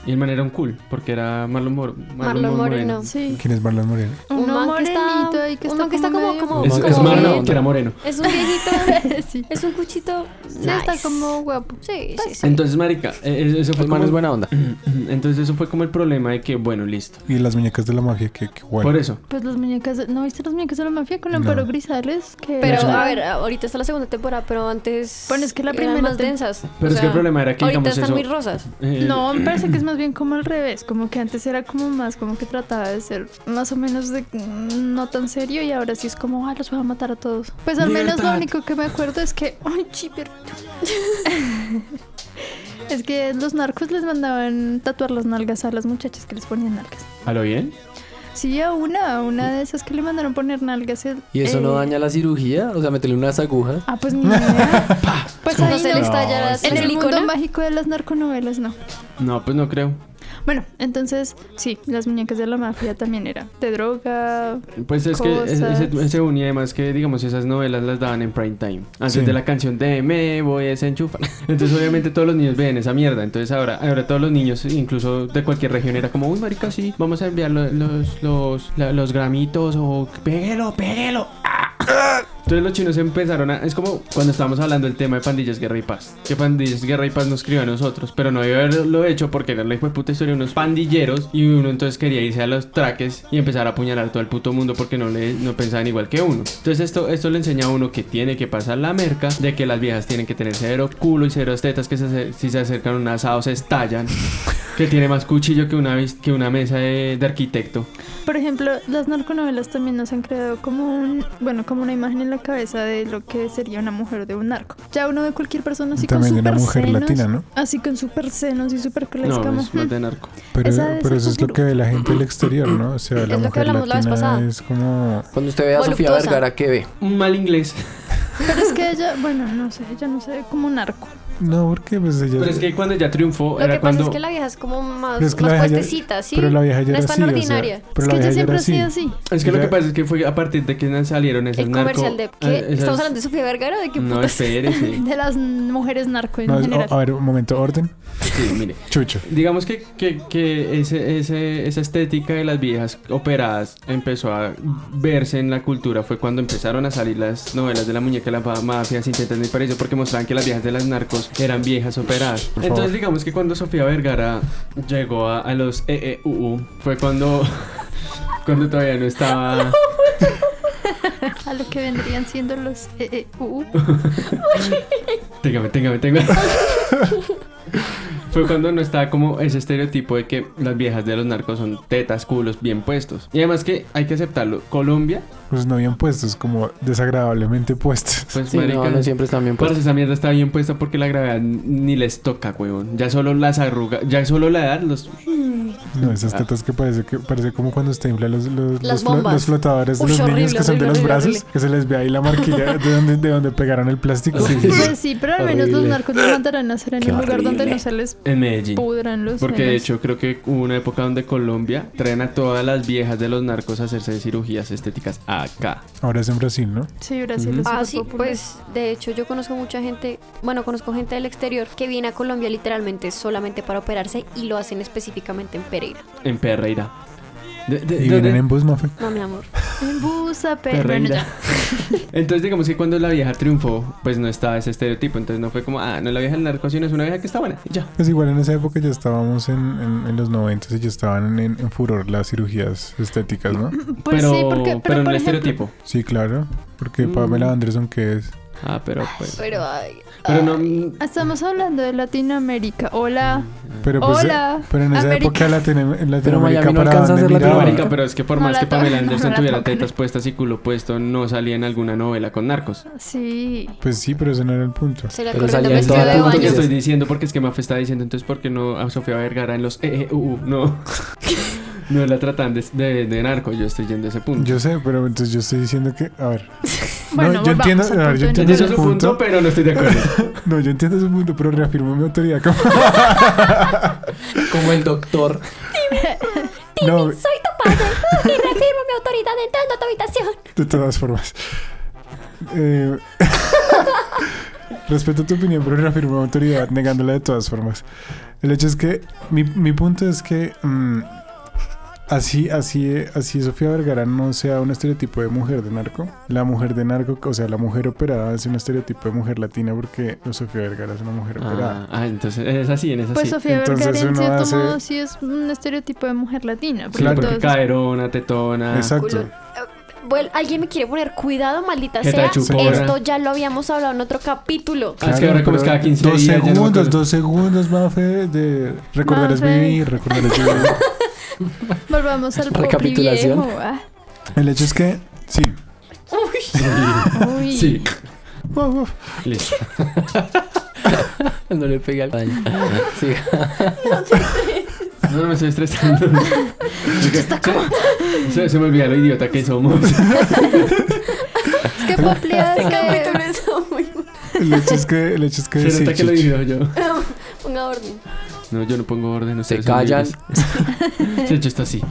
S3: Y el man era un cool, porque era Marlon, Mor-
S5: Marlon Moreno.
S2: Sí.
S4: ¿Quién es Marlon Moreno?
S5: Un man que que está,
S2: morenito ahí que
S5: uno
S2: está
S5: que está
S2: como
S5: como,
S2: medio-
S5: como,
S3: Es,
S5: como
S3: es
S1: mala
S3: Marlon,
S5: bien.
S1: onda.
S3: que era moreno.
S5: es un (laughs) viejito,
S2: (laughs) sí.
S5: es un cuchito,
S2: Sí,
S5: nice.
S2: está como Pues, guapo.
S5: sí, sí, sí.
S3: Entonces, marica, eh, eh, eso fue
S1: El man
S3: como...
S1: es buena onda.
S3: Entonces eso fue como el problema de que, bueno, listo.
S4: Y las muñecas de la magia, que, que bueno.
S3: Por eso.
S2: Pues las muñecas, de- ¿no viste las muñecas de la mafia con Lamparo
S4: No.
S2: Grisales? Que
S5: Pero
S2: eran-
S5: a ver, ahorita está la segunda temporada, pero antes
S2: Bueno, es que la
S5: eran
S2: primera
S5: más
S2: tem-
S5: densas.
S3: Pero
S5: O
S3: es que el
S5: sea,
S3: problema era que,
S5: ahorita
S3: digamos,
S5: están
S3: eso...
S5: muy rosas.
S3: eh,
S2: No, me parece que es más bien como al revés, como que antes era como más, como que trataba de ser más o menos de no tan serio y ahora sí es como, ah, los voy a matar a todos. Pues al menos lo
S1: Libertad.
S2: único que me acuerdo es que, (laughs) ay, sí, pero- es que los narcos les mandaban tatuar las nalgas a las muchachas que les ponían nalgas.
S3: ¿A lo bien?
S2: Sí, a una, a una de esas que le mandaron poner nalgas. el-
S1: ¿Y eso
S2: eh,
S1: no daña la cirugía? O sea, meterle unas agujas.
S2: Ah, pues ni idea.
S1: (laughs)
S2: pues ahí
S5: No se le estalla la
S2: En el mundo
S5: silicona.
S2: mágico de las narconovelas, no.
S3: No, pues no creo.
S2: Bueno, entonces, sí, las muñecas de la mafia también era de droga.
S3: Pues es que es-
S2: Cosas.
S3: ese, ese unía además que, digamos, esas novelas las daban en prime time. Antes
S4: Sí.
S3: de la canción de Me voy a desenchufar. (laughs) Entonces, obviamente, todos los niños veían esa mierda. Entonces, ahora, ahora todos los niños, incluso de cualquier región, era como, uy, marica, sí, vamos a enviar lo- los, los, la- los gramitos o pégalo, pégalo. Ah, ah". Entonces los chinos empezaron a... Es como cuando estábamos hablando del tema de Pandillas Guerra y Paz. Que Pandillas Guerra y Paz nos crió a nosotros. Pero no debió haberlo hecho porque era la hijo de puta historia de unos pandilleros. Y uno entonces quería irse a los traques y empezar a apuñalar todo el puto mundo porque no, le, no pensaban igual que uno. Entonces esto, esto le enseña a uno que tiene que pasar la merca. De que las viejas tienen que tener cero culo y cero tetas. Que se ace- si se acercan a un asado se estallan. Que tiene más cuchillo que una, vis- que una mesa de, de arquitecto.
S2: Por ejemplo, las narconovelas también nos han creado como un, bueno, como una imagen en la cabeza de lo que sería una mujer de un narco. Ya uno ve cualquier persona así
S4: También
S2: con
S4: de una
S2: super
S4: mujer
S2: senos,
S4: latina, ¿no?
S2: así con super senos y super cola, es
S3: No,
S2: como,
S3: es más
S5: mm.
S2: "Hmm".
S3: de narco.
S4: Pero,
S2: Esa debe
S4: pero
S2: ser
S4: eso es lo
S2: Sukiru.
S4: que ve la gente del exterior, ¿no? O sea,
S5: Es
S4: la
S5: lo que
S4: mujer
S5: hablamos la vez
S4: latina
S5: pasada.
S4: es como...
S1: Cuando usted vea a Sofía
S5: Voluptuosa.
S1: Vergara, ¿qué ve?
S3: Un mal inglés.
S2: (laughs) pero es que ella, bueno, no sé, ella no se ve como un narco.
S4: No, porque pues ella...
S3: Pero es que cuando ya triunfó
S5: Lo
S3: era
S5: que
S3: cuando...
S5: pasa es que la vieja es como más,
S4: Pero es que
S5: más
S4: la vieja ya-
S5: puestecita, ¿sí?
S4: Pero la vieja ya
S5: no
S4: era
S5: es
S4: así,
S5: tan
S4: o sea,
S5: ordinaria.
S4: pero
S2: es
S4: la
S2: que
S4: vieja
S2: ella
S4: ya
S2: siempre
S4: era
S2: ha sido
S4: así.
S2: así.
S3: Es que lo
S4: Ya-
S3: que pasa es que fue a partir de que salieron esas
S5: el
S3: narco...
S5: comercial de... ¿Qué?
S3: eh, esas-
S5: ¿Estamos hablando de Sofía Vergara? ¿De qué
S3: No,
S5: putas? (laughs)
S3: espérese.
S2: De las mujeres narco en
S4: No, oh,
S2: general.
S4: o- a ver, un momento, orden.
S3: sí, mire.
S4: Chucho.
S3: Digamos que, que, que ese, ese- esa estética de las viejas operadas empezó a verse en la cultura. Fue cuando empezaron a salir las novelas de la muñeca de la fa- mafia sin tetas ni paraíso, porque mostraban que las viejas de las narcos eran viejas operadas.
S4: Por favor.
S3: Entonces, digamos que cuando Sofía Vergara llegó a, a los E EEUU, fue cuando, (laughs) cuando todavía no estaba.
S4: oh.
S2: A lo que vendrían siendo los E EEUU.
S3: Téngame,
S1: (laughs)
S3: téngame, téngame. Fue cuando no estaba como ese estereotipo de que las viejas de los narcos son tetas, culos bien puestos. Y además que hay que aceptarlo, Colombia,
S4: Pues no bien puestos, como desagradablemente puestos. (laughs)
S3: pues
S1: Sí,
S3: marica,
S1: no, no siempre están bien
S3: parce,
S1: puestos.
S3: esa mierda está bien puesta porque la gravedad ni les toca, huevón. Ya solo las arrugas, ya solo la edad los
S4: No, esas
S3: Ah.
S4: tetas que parece que parece como cuando usted infla los, los,
S5: Las
S4: los flo-
S5: bombas.
S4: los flotadores de
S5: Uy,
S4: los niños
S5: horrible,
S4: que son de
S5: horrible,
S4: los
S5: horrible,
S4: brazos,
S5: horrible.
S4: que se les ve ahí la marquilla
S5: (laughs)
S4: de donde, de donde pegaron el plástico.
S2: Pues sí, pero al menos los
S3: Horrible.
S2: narcos lo mandarán a hacer en
S1: Qué
S2: un lugar donde
S1: horrible.
S2: no se les
S3: en Medellín.
S2: pudran los
S3: Porque de
S2: senos.
S3: hecho creo que hubo una época donde Colombia traen a todas las viejas de los narcos a hacerse cirugías estéticas acá.
S4: Ahora es en Brasil,
S1: Eh,
S4: ¿no?
S2: Sí, Brasil
S3: Ujú.
S2: es
S5: Ah,
S2: súper
S5: sí,
S2: popular.
S5: pues de hecho yo conozco mucha gente, bueno, conozco gente del exterior que viene a Colombia literalmente solamente para operarse y lo hacen específicamente en Pereira.
S3: En Perreira. De- de-
S4: Y
S3: de-
S4: vienen
S3: de-
S4: en bus, mafe.
S5: No, mi amor.
S2: En busa, pero bueno,
S3: Perreira.
S2: ya.
S3: Entonces digamos que cuando la vieja triunfó, pues no estaba ese estereotipo. Entonces no fue como, ah, no es la vieja del narco, sino es una vieja que está buena. y ya.
S4: Pues igual en esa época ya estábamos en, en- en los 90 y ya estaban en, en furor las cirugías estéticas,
S5: (laughs)
S4: ¿no?
S2: Pues
S3: pero,
S2: sí, porque, pero,
S3: pero no
S2: por
S3: el
S2: ejemplo,
S3: estereotipo.
S4: Sí, claro. Porque
S3: Mm.
S4: Pamela Anderson, que es?
S3: Ah, pero pues.
S5: Pero ay,
S3: Pero no.
S2: estamos hablando de Latinoamérica. Hola.
S4: Pero pues,
S2: Hola,
S4: pero en esa
S2: América.
S4: época Latino- en
S1: Pero Miami
S4: Latinoamérica
S1: no
S4: para
S1: alcanza a
S4: dónde
S1: ser
S3: Pero,
S4: miraba?
S3: marica, pero es que por
S2: No
S3: más
S2: la
S3: que Pamela
S2: tocan, (laughs) no
S3: Anderson
S2: la
S3: tuviera
S2: tocan.
S3: tetas puestas y culo puesto, no salía en alguna novela con narcos.
S2: Sí.
S3: Ah,
S4: Pues sí, pero ese no era el punto.
S5: se le
S1: Pero
S5: ocurrió
S1: salía
S5: un
S1: en
S5: vestido
S1: toda
S5: de
S1: punta
S3: Lo
S1: que
S3: que
S5: baño.
S1: se-
S3: estoy diciendo porque es que Mafe está diciendo, entonces, ¿por qué no a Sofía Vergara en los EEUU? No. (laughs) no la tratan de, de- de narco, yo estoy yendo a ese punto.
S4: Yo sé, pero entonces yo estoy diciendo que, a
S2: (laughs)
S4: ver,
S2: Bueno,
S4: yo
S2: volvamos
S4: entiendo-
S2: al
S4: a ver, yo
S2: punto
S4: entiendo
S2: inicial.
S3: Entiendo su
S4: punto.
S3: punto, pero no estoy
S1: (laughs)
S3: de acuerdo.
S4: (laughs) no, yo entiendo ese punto, pero reafirmo mi autoridad. como-
S2: (laughs)
S1: Como el doctor.
S4: no,
S5: Soy tu padre y reafirmo mi autoridad entrando a tu habitación.
S4: de todas formas. Eh, (laughs) respeto tu opinión, pero reafirmo mi autoridad, negándola de todas formas. El hecho es que, mi, mi punto es que mm, así, así, así Sofía Vergara no sea un estereotipo de mujer de narco. La mujer de narco, o sea, la mujer operada es un estereotipo de mujer latina porque Sofía Vergara es una mujer
S3: Ah,
S4: operada.
S3: ah, entonces es así, en esa
S2: Pues
S3: sí.
S2: Sofía
S4: Entonces
S2: Vergara en
S4: uno
S2: cierto
S4: hace-
S2: modo sí es un estereotipo de mujer latina. Porque
S4: Claro.
S3: Porque
S2: todos-
S3: caerona, tetona.
S4: Exacto.
S5: Culo- Bueno, alguien me quiere poner cuidado, maldita
S3: Jeta
S5: sea.
S3: de chupona.
S5: Esto ya lo habíamos hablado en otro capítulo.
S3: Ah, es que ahora como es
S4: pero
S3: cada 15
S4: dos
S3: días, ya no me
S4: segundos,
S3: acuerdo.
S4: dos segundos, Mafe, de recordar es
S2: Mafe.
S4: vivir, recordar es vivir.
S2: Volvamos al pobre
S1: Recapitulación.
S2: viejo. ah.
S4: El hecho es que, sí.
S2: Uy.
S3: Sí,
S4: Uf, uf.
S3: listo.
S1: No le pega al baño. Sí.
S3: No, no me estoy
S2: (laughs)
S3: estresando. se, se- se me olvida lo idiota que somos.
S2: Es que popleas
S5: Este
S2: de...
S5: capítulo está muy bueno.
S4: El hecho es que, el hecho es
S3: (laughs) (laughs)
S4: que,
S3: se
S4: sí,
S3: nota que lo
S4: chichi.
S3: digo yo.
S5: Ponga orden.
S3: No, yo no pongo orden.
S1: Se
S3: ustedes son
S1: callan.
S3: libres. Sí, yo está
S2: (laughs)
S3: así.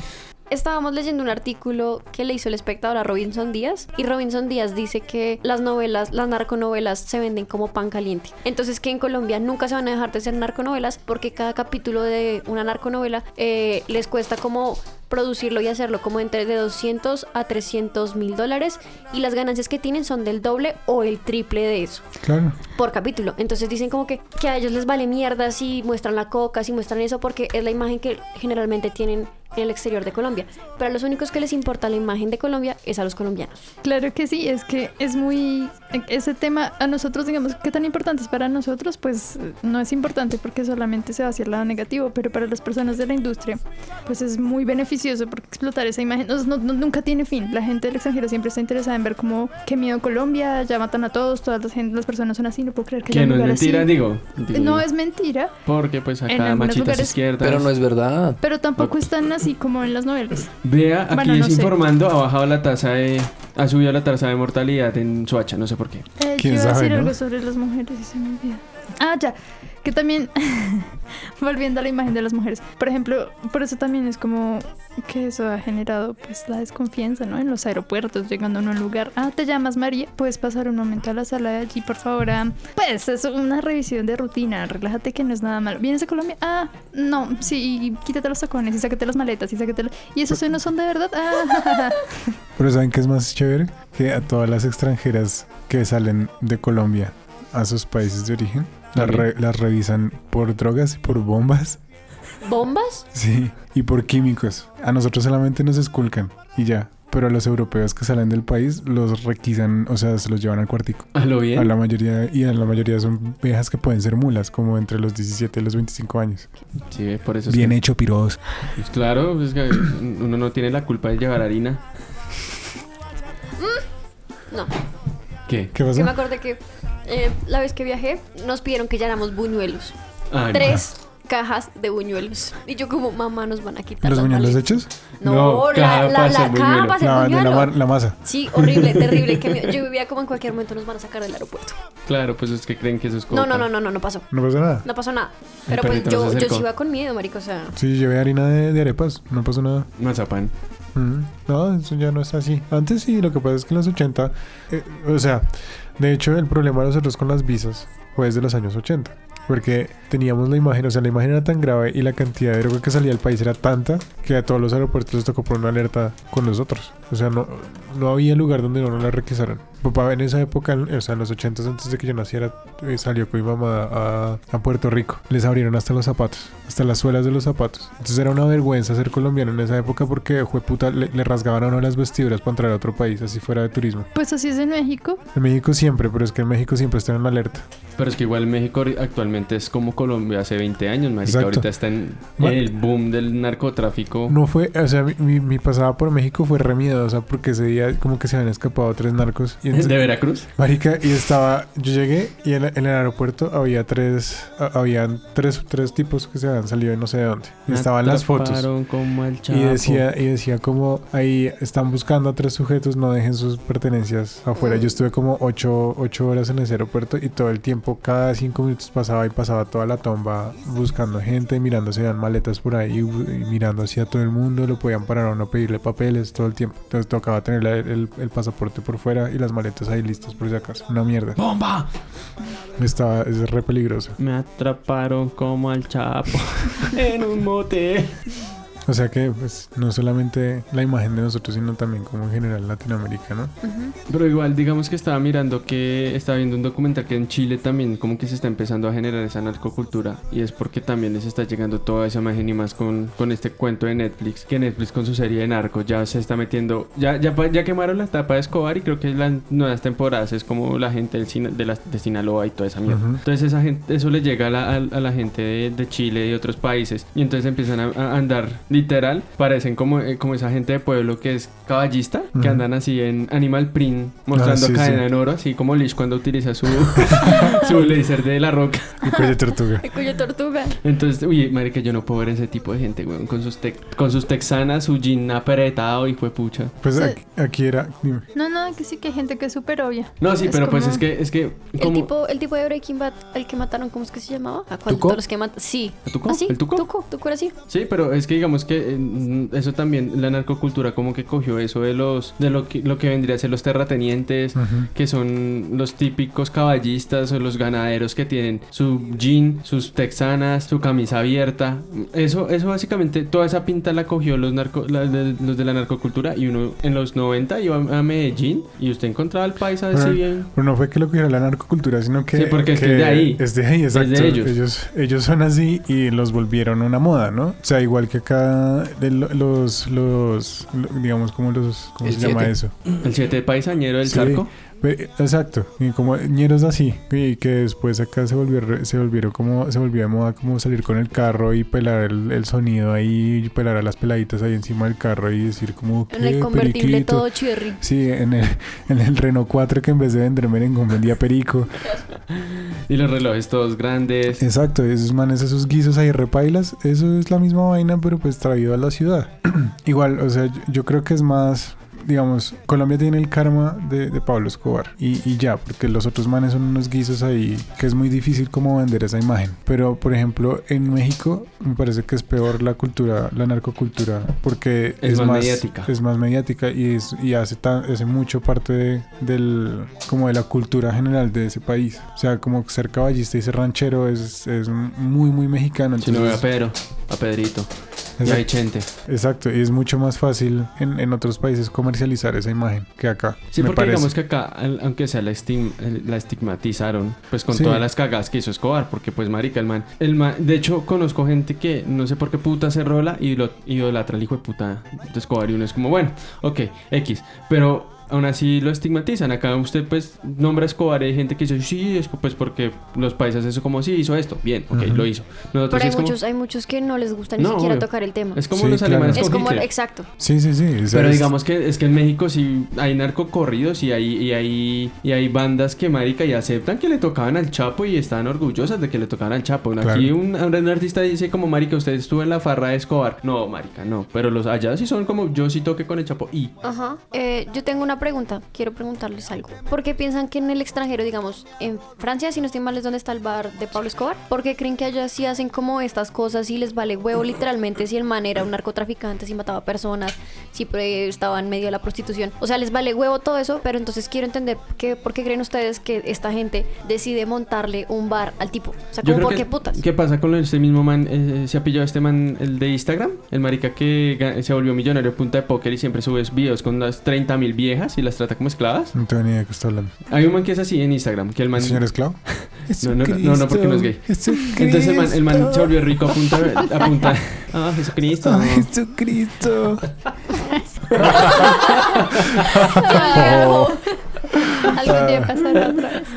S5: Estábamos leyendo un artículo que le hizo el espectador a Robinson Díaz y Robinson Díaz dice que las novelas, las narconovelas se venden como pan caliente. Entonces que en Colombia nunca se van a dejar de ser narconovelas porque cada capítulo de una narconovela eh, les cuesta como producirlo y hacerlo como entre de 200 a 300 mil dólares y las ganancias que tienen son del doble o el triple de eso
S4: Claro.
S5: por capítulo. Entonces dicen como que, que a ellos les vale mierda si muestran la coca, si muestran eso, porque es la imagen que generalmente tienen en el exterior de Colombia. Pero a los únicos que les importa la imagen de Colombia es a los colombianos.
S2: Claro que sí, es que es muy... Ese tema a nosotros, digamos, qué tan importante es para nosotros, pues eh, no es importante porque solamente se va hacia el lado negativo, pero para las personas de la industria, pues es muy beneficioso porque explotar esa imagen no, no- no- nunca tiene fin. La gente del extranjero siempre está interesada en ver cómo, qué miedo Colombia, ya matan a todos, todas las, gen- las personas son así, no puedo creer que haya
S3: Que
S2: un
S3: no es
S2: lugar así.
S3: mentira, digo. digo
S2: No
S3: yo.
S2: es mentira,
S3: Porque pues
S2: en
S3: acá
S2: algunos
S3: machitas
S2: lugares-
S3: izquierdas.
S1: Pero no es verdad.
S2: pero tampoco están así como en las novelas.
S3: Vea, aquí
S2: Bueno, no
S3: es
S2: sé.
S3: informando, ha bajado la tasa de... Ha subido la tasa de mortalidad en Soacha, no sé por qué.
S2: Eh, yo
S4: ¿Quién
S2: iba a
S4: sabe,
S2: decir
S4: no?
S2: algo sobre las mujeres y se me olvida. Ah, ya. Que también, (laughs) volviendo a la imagen de las mujeres, por ejemplo, por eso también es como que eso ha generado pues la desconfianza, ¿no? En los aeropuertos, llegando a un lugar, ah, te llamas María, puedes pasar un momento a la sala de allí, por favor. ah, pues es una revisión de rutina, relájate que no es nada malo. ¿Vienes a Colombia? Ah, no, sí, y quítate los tacones y sácate las maletas y sácate... la- ¿Y esos no son de verdad? Ah, (laughs) ja, ja, ja.
S4: Pero ¿saben qué es más chévere? Que a todas las extranjeras que salen de Colombia a sus países de origen, las,
S3: También.
S4: re- las revisan por drogas y por bombas, (laughs)
S5: ¿Bombas?
S4: sí, y por químicos. A nosotros solamente nos esculcan y ya. Pero a los europeos que salen del país los requisan, o sea, se los llevan al cuartico.
S3: A lo bien.
S4: A la mayoría, y a la mayoría son viejas que pueden ser mulas, como entre los 17 y los 25 años.
S3: Sí, ve, por eso es
S4: Bien
S3: que-
S4: hecho, piros.
S3: Pues claro, pues que uno no tiene la culpa de llevar harina.
S5: Mm, No.
S3: ¿Qué?
S4: ¿Qué
S5: Que me
S4: pasó?
S5: acordé que eh, la vez que viajé nos pidieron que llenáramos buñuelos.
S3: Ah, no.
S5: Tres cajas de buñuelos. Y yo como, mamá, nos van a quitar
S4: ¿Los
S5: las
S4: buñuelos
S5: maletas".
S4: hechos?
S3: No,
S5: No,
S3: caja
S5: la, la,
S3: para
S5: la
S3: hacer
S5: caja
S3: buñuelo.
S5: para hacer
S4: No, no, la,
S5: buñuelo.
S4: mar- la masa.
S5: Sí,
S4: (laughs)
S5: horrible, terrible. que me- yo vivía como en cualquier momento nos van a sacar del aeropuerto.
S3: Claro, pues es que creen que eso es como.
S5: No, no, no, no, no, no pasó.
S4: No pasa nada.
S5: No pasó nada. Pero
S3: perrito
S5: pues
S3: no
S5: yo,
S3: se
S5: yo
S3: acercó.
S5: sí iba con miedo, marico. O sea,
S4: Sí, llevé harina de, de arepas, no pasó nada.
S3: Mazapán.
S4: Ujú. No, eso ya no es así. Antes sí, lo que pasa es que en los 80, eh, o sea, de hecho el problema de nosotros con las visas fue desde los años 80. Porque teníamos la imagen, o sea, la imagen era tan grave y la cantidad de droga que salía del país era tanta que a todos los aeropuertos les tocó poner una alerta con nosotros. O sea, no, no había lugar donde no nos la requisaran. Papá en esa época, en- o sea, en los 80 antes de que yo naciera, eh, salió con mi mamá a, a Puerto Rico. Les abrieron hasta los zapatos, hasta las suelas de los zapatos. Entonces era una vergüenza ser colombiano en esa época porque, jueputa, le, le rasgaban a uno las vestiduras para entrar a otro país, así fuera de turismo.
S2: Pues así es en México.
S4: En México siempre, pero es que en México siempre están en alerta.
S3: Pero es que igual México ri- actualmente es como Colombia hace 20 años, marica.
S4: Exacto.
S3: Ahorita está en,
S4: Bueno.
S3: en el boom del narcotráfico.
S4: No fue, o sea, mi, mi- mi pasada por México fue re miedosa porque ese día como que se habían escapado tres narcos. Y entonces-
S3: ¿De Veracruz?
S4: Marica, y estaba, yo llegué y en, en el aeropuerto había tres, a- habían tres, tres tipos que se habían salido de no sé de dónde.
S3: Ah,
S4: Y estaban las fotos.
S3: Atraparon como al
S4: Y
S3: Chapo.
S4: decía, y decía como ahí están buscando a tres sujetos, no dejen sus pertenencias afuera. Yo estuve como ocho, ocho horas en ese aeropuerto y todo el tiempo, cada cinco minutos pasaba y pasaba toda la tomba buscando gente, mirando si eran maletas por ahí, y mirando hacia todo el mundo, lo podían parar a uno, pedirle papeles todo el tiempo. Entonces tocaba tener la- el, el pasaporte por fuera y las maletas ahí listas por si acaso. Una mierda.
S3: ¡Bomba!
S4: Estaba, es re peligroso. (laughs)
S3: Me atraparon como al Chapo en un motel.
S4: O sea que, pues, no solamente la imagen de nosotros, sino también como en general Latinoamérica, ¿no?
S3: Pero igual, digamos que estaba mirando que estaba viendo un documental que en Chile también como que se está empezando a generar esa narcocultura y es porque también les está llegando toda esa imagen y más con, con este cuento de Netflix, que Netflix con su serie de narcos ya se está metiendo, ya, ya, pa- ya quemaron la tapa de Escobar y creo que las nuevas temporadas es como la gente del Sina- de, las de Sinaloa y toda esa mierda.
S4: Ujú.
S3: Entonces esa gente, eso le llega a la, a- a la gente de, de Chile y otros países y entonces empiezan a, a andar literal, parecen como, eh, como esa gente de pueblo que es caballista,
S4: Ujú.
S3: que andan así en Animal Print mostrando
S4: Ah, sí,
S3: cadena
S4: sí.
S3: en oro, así como Lish cuando utiliza su, (laughs) su laser de la roca.
S4: Y cuello de tortuga.
S5: El cuello de tortuga.
S3: Entonces, uy, marica, yo no puedo ver ese tipo de gente, weón, con sus, tec- con sus texanas, su jean apretado, hijo de pucha.
S4: Pues
S2: Sí.
S4: aquí, aquí era, dime.
S2: No, no, que sí que hay gente que es súper obvia.
S3: No, sí,
S2: Es
S3: pero pues
S2: como-
S3: es que, es que,
S5: El
S3: como-
S5: tipo, el tipo de Breaking Bad, el que mataron, ¿cómo es que se llamaba? ¿A cuál de
S1: ¿Tuco?
S5: todos los que mataron? Sí.
S3: ¿A Tuco?
S5: ¿Ah, sí?
S3: ¿El Tuco?
S5: Tuco, Tuco era así.
S3: Sí, pero es que digamos que eh, mm, eso también, la narcocultura como que cogió eso de los, de lo que, lo que vendría a ser los terratenientes,
S4: Ujú.
S3: que son los típicos caballistas o los ganaderos que tienen su jean, sus texanas, su camisa abierta. Eso, eso básicamente, toda esa pinta la cogió los, narco, la- de, los de la narcocultura y uno en los 90 iba a Medellín y usted encontraba al paisa así bien.
S4: Pero no fue que lo cogiera la narcocultura, sino que.
S3: Sí, porque es que es de ahí.
S4: Es de ahí,
S3: de
S4: exacto.
S3: ellos.
S4: ellos. Ellos, son así y los volvieron una moda, ¿no? O sea, igual que acá de lo- los, los, lo- digamos, como los, ¿cómo
S1: El
S4: se llama
S1: siete.
S4: eso?
S3: El siete paisañero del
S4: Sí.
S3: charco.
S4: Pe- Exacto, y como ñeros así, y que después acá se volvieron, se volvieron como, se volvió de moda como salir con el carro y pelar el, el sonido ahí, y pelar a las peladitas ahí encima del carro y decir como
S5: En el
S4: "¿Qué,
S5: convertible
S4: periquito?".
S5: todo chirri.
S4: Sí, en el, (laughs) en el Renault 4 que en vez de vender merengón vendía perico.
S3: Y los relojes todos grandes.
S4: Exacto, esos manes, esos guisos ahí repailas, eso es la misma vaina, pero pues traído a la ciudad. (clears throat) Igual, o sea, yo, yo creo que es más, digamos, Colombia tiene el karma de, de Pablo Escobar y, y ya, porque los otros manes son unos guisos ahí que es muy difícil como vender esa imagen. Pero, por ejemplo, en México me parece que es peor la cultura, la narcocultura, porque
S3: Es más mediática.
S4: Es más mediática y, es, y hace, tan, hace mucho parte de- del, como de la cultura general de ese país. O sea, como ser caballista y ser ranchero es, es muy, muy mexicano.
S3: Si no ve a
S4: entonces-
S3: Pedro, a Pedrito, y
S4: Exacto.
S3: a Vicente.
S4: Exacto, y es mucho más fácil en, en otros países comercializar esa imagen que acá.
S3: Sí,
S4: me
S3: porque
S4: parece.
S3: digamos que acá, al- aunque sea la, estim- el- la estigmatizaron, pues con
S4: Sí.
S3: todas las cagadas que hizo Escobar, porque pues marica, el man, el man- de hecho conozco gente que no sé por qué puta se rola y lo idolatra el hijo de puta de Escobar y uno es como, bueno, ok, X, pero aún así lo estigmatizan, acá usted pues nombra a Escobar y hay gente que dice, sí, es pues porque los países eso como, sí, hizo esto, bien, ok,
S4: Ujú.
S3: lo hizo. Nosotros
S5: Pero hay
S3: es como,
S5: muchos, hay muchos que no les gusta ni
S3: No,
S5: siquiera
S3: obvio.
S5: tocar el tema.
S3: es como
S4: Sí,
S3: los
S4: claro.
S3: alemanes
S5: Es
S3: con
S5: como,
S3: Hitler.
S5: exacto.
S4: Sí, sí, sí. o sea,
S3: Pero
S4: es-
S3: digamos que es que en México sí hay narcocorridos y hay, y hay, y hay bandas que marica y aceptan que le tocaban al Chapo y están orgullosas de que le tocaban al Chapo. ¿no? Aquí
S4: Claro.
S3: un, un artista dice como marica, usted estuvo en la farra de Escobar. No, marica, no. Pero los allá sí son como yo sí toqué con el Chapo y
S5: Ajá. Eh, yo tengo una pregunta. Quiero preguntarles algo. ¿Por qué piensan que en el extranjero, digamos, en Francia, si no estoy mal, es donde está el bar de Pablo Escobar? ¿Por qué creen que allá sí hacen como estas cosas y les vale huevo literalmente si el man era un narcotraficante, si mataba personas, si pre- estaba en medio de la prostitución? O sea, les vale huevo todo eso, pero entonces quiero entender que, por qué creen ustedes que esta gente decide montarle un bar al tipo. O sea,
S3: Yo creo
S5: como
S3: que-
S5: por qué
S3: (laughs)
S5: putas. (laughs)
S3: ¿Qué pasa con este mismo man? Eh, se ha pillado este man, el de Instagram, el marica que ga- se volvió millonario punta de póker y siempre sube videos con unas 30 mil viejas y las trata como esclavas.
S4: No tengo ni idea de qué está hablando.
S3: Hay un man que es así en Instagram, que el man...
S4: ¿El señor esclavo?
S3: (laughs) No, no, no, no, porque no es gay. Entonces el man, el man se volvió rico a punta de- a punta- (laughs) Ah, Jesucristo.
S4: Jesucristo.
S2: Claro. Algún día pasará otra vez.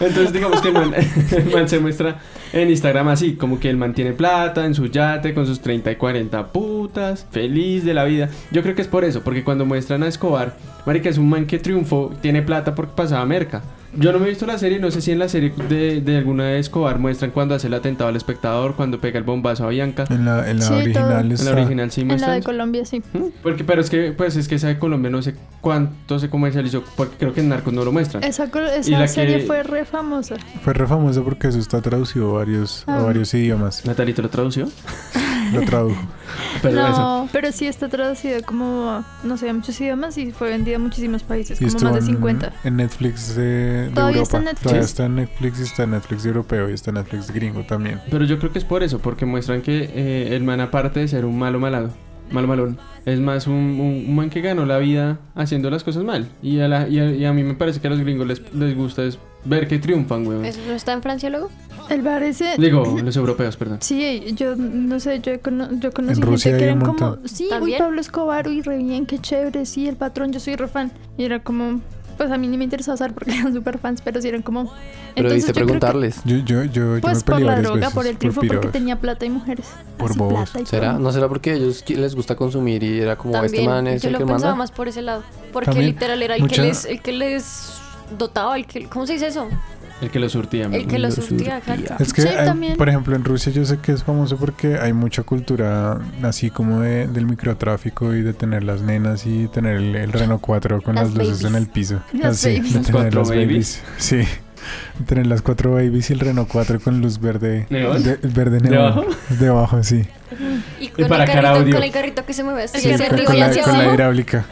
S3: (laughs) Entonces digamos que el man, el man se muestra en Instagram así, como que el man tiene plata en su yate con sus 30 y 40 putas, feliz de la vida. Yo creo que es por eso, porque cuando muestran a Escobar, marica es un man que triunfó, tiene plata porque pasaba merca. Yo no me he visto la serie, no sé si en la serie de, de alguna de Escobar muestran cuando hace el atentado al espectador, cuando pega el bombazo a Bianca.
S4: En la, en la
S2: Sí, todo.
S4: original
S3: En
S4: está...
S3: la original sí
S2: En la
S3: muestran.
S2: de
S3: eso.
S2: Colombia, sí.
S3: ¿Mm? Porque, pero es que, pues es que esa de Colombia no sé cuánto se comercializó, porque creo que en Narcos no lo muestran.
S2: Esa, col-
S3: Y la
S2: esa serie
S3: que-
S2: fue re famosa.
S4: Fue re famoso porque eso está traducido a varios, a
S2: Ah.
S4: varios idiomas.
S3: Natalito lo tradució.
S4: Lo
S2: (laughs)
S4: tradujo.
S3: Pero
S2: no,
S3: eso.
S2: pero sí está traducido como, no sé, a muchos idiomas y fue vendido a muchísimos países,
S4: Y
S2: como más de
S4: en-
S2: 50.
S4: En, Netflix de, de
S2: Todavía
S4: Europa.
S2: está en Netflix.
S4: Todavía
S2: Sí.
S4: está en Netflix y está en Netflix europeo y está en Netflix gringo también.
S3: Pero yo creo que es por eso, porque muestran que eh, el man, aparte de ser un malo malado, malo malón, es más un, un- un man que ganó la vida haciendo las cosas mal. Y a, la- y a, y a mí me parece que a los gringos les, les gusta es ver que triunfan, weón.
S5: ¿Eso no está en Francia luego?
S2: El bar ese...
S3: Digo, los europeos, perdón.
S2: Sí, yo no sé, yo, cono- yo conocí
S4: Rusia
S2: gente que
S4: hay un
S2: eran como,
S4: montón.
S2: sí, uy,
S5: ¿También?
S2: Pablo Escobar, uy, re bien, qué chévere, sí, el patrón, yo soy re fan. Y era como, pues a mí ni me interesaba saber porque (laughs) eran súper fans, pero sí eran como...
S1: Pero
S2: Entonces,
S1: debiste
S2: yo creo que-
S1: preguntarles.
S4: Yo, yo, yo, yo
S2: Pues
S4: me peleé
S2: por la
S4: varias
S2: droga,
S4: veces.
S2: por el triunfo, porque
S4: piro-
S2: tenía plata y mujeres.
S4: Por
S2: Así,
S4: bobos.
S2: plata y
S1: ¿Será?
S2: todo.
S1: ¿No será porque ellos qui- les gusta consumir y era como este
S5: También.
S1: man es
S5: yo
S1: el
S5: lo
S1: que
S5: pensaba
S1: manda?
S5: más por ese lado. Porque
S4: También,
S5: literal era el,
S4: mucha-
S5: que les, el que les dotaba, el que, ¿cómo se dice eso?
S3: El que los surtía.
S5: El que los surtía, claro.
S4: Es que,
S2: Sí,
S4: hay-
S2: también.
S4: por ejemplo, en Rusia yo sé que es famoso porque hay mucha cultura así como de- del microtráfico y de tener las nenas y tener el, el Renault 4 con las,
S5: Las
S4: luces en
S5: babies.
S4: el piso.
S2: Las
S4: Así, de
S2: babies.
S3: Las
S4: tener
S3: cuatro
S4: las
S3: babies.
S4: babies. Sí. De Tener las cuatro babies y el Renault 4 con luz verde.
S3: ¿Neón?
S4: de- verde
S3: ¿De
S4: neón.
S3: abajo?
S4: De abajo, sí.
S5: Y con,
S3: para
S5: el
S3: Caraudio.
S5: carrito, con el carrito que se mueve así
S2: Sí,
S5: hacia
S4: con,
S5: arriba
S4: con
S5: y
S4: la,
S5: hacia
S4: con la
S5: abajo.
S4: hidráulica.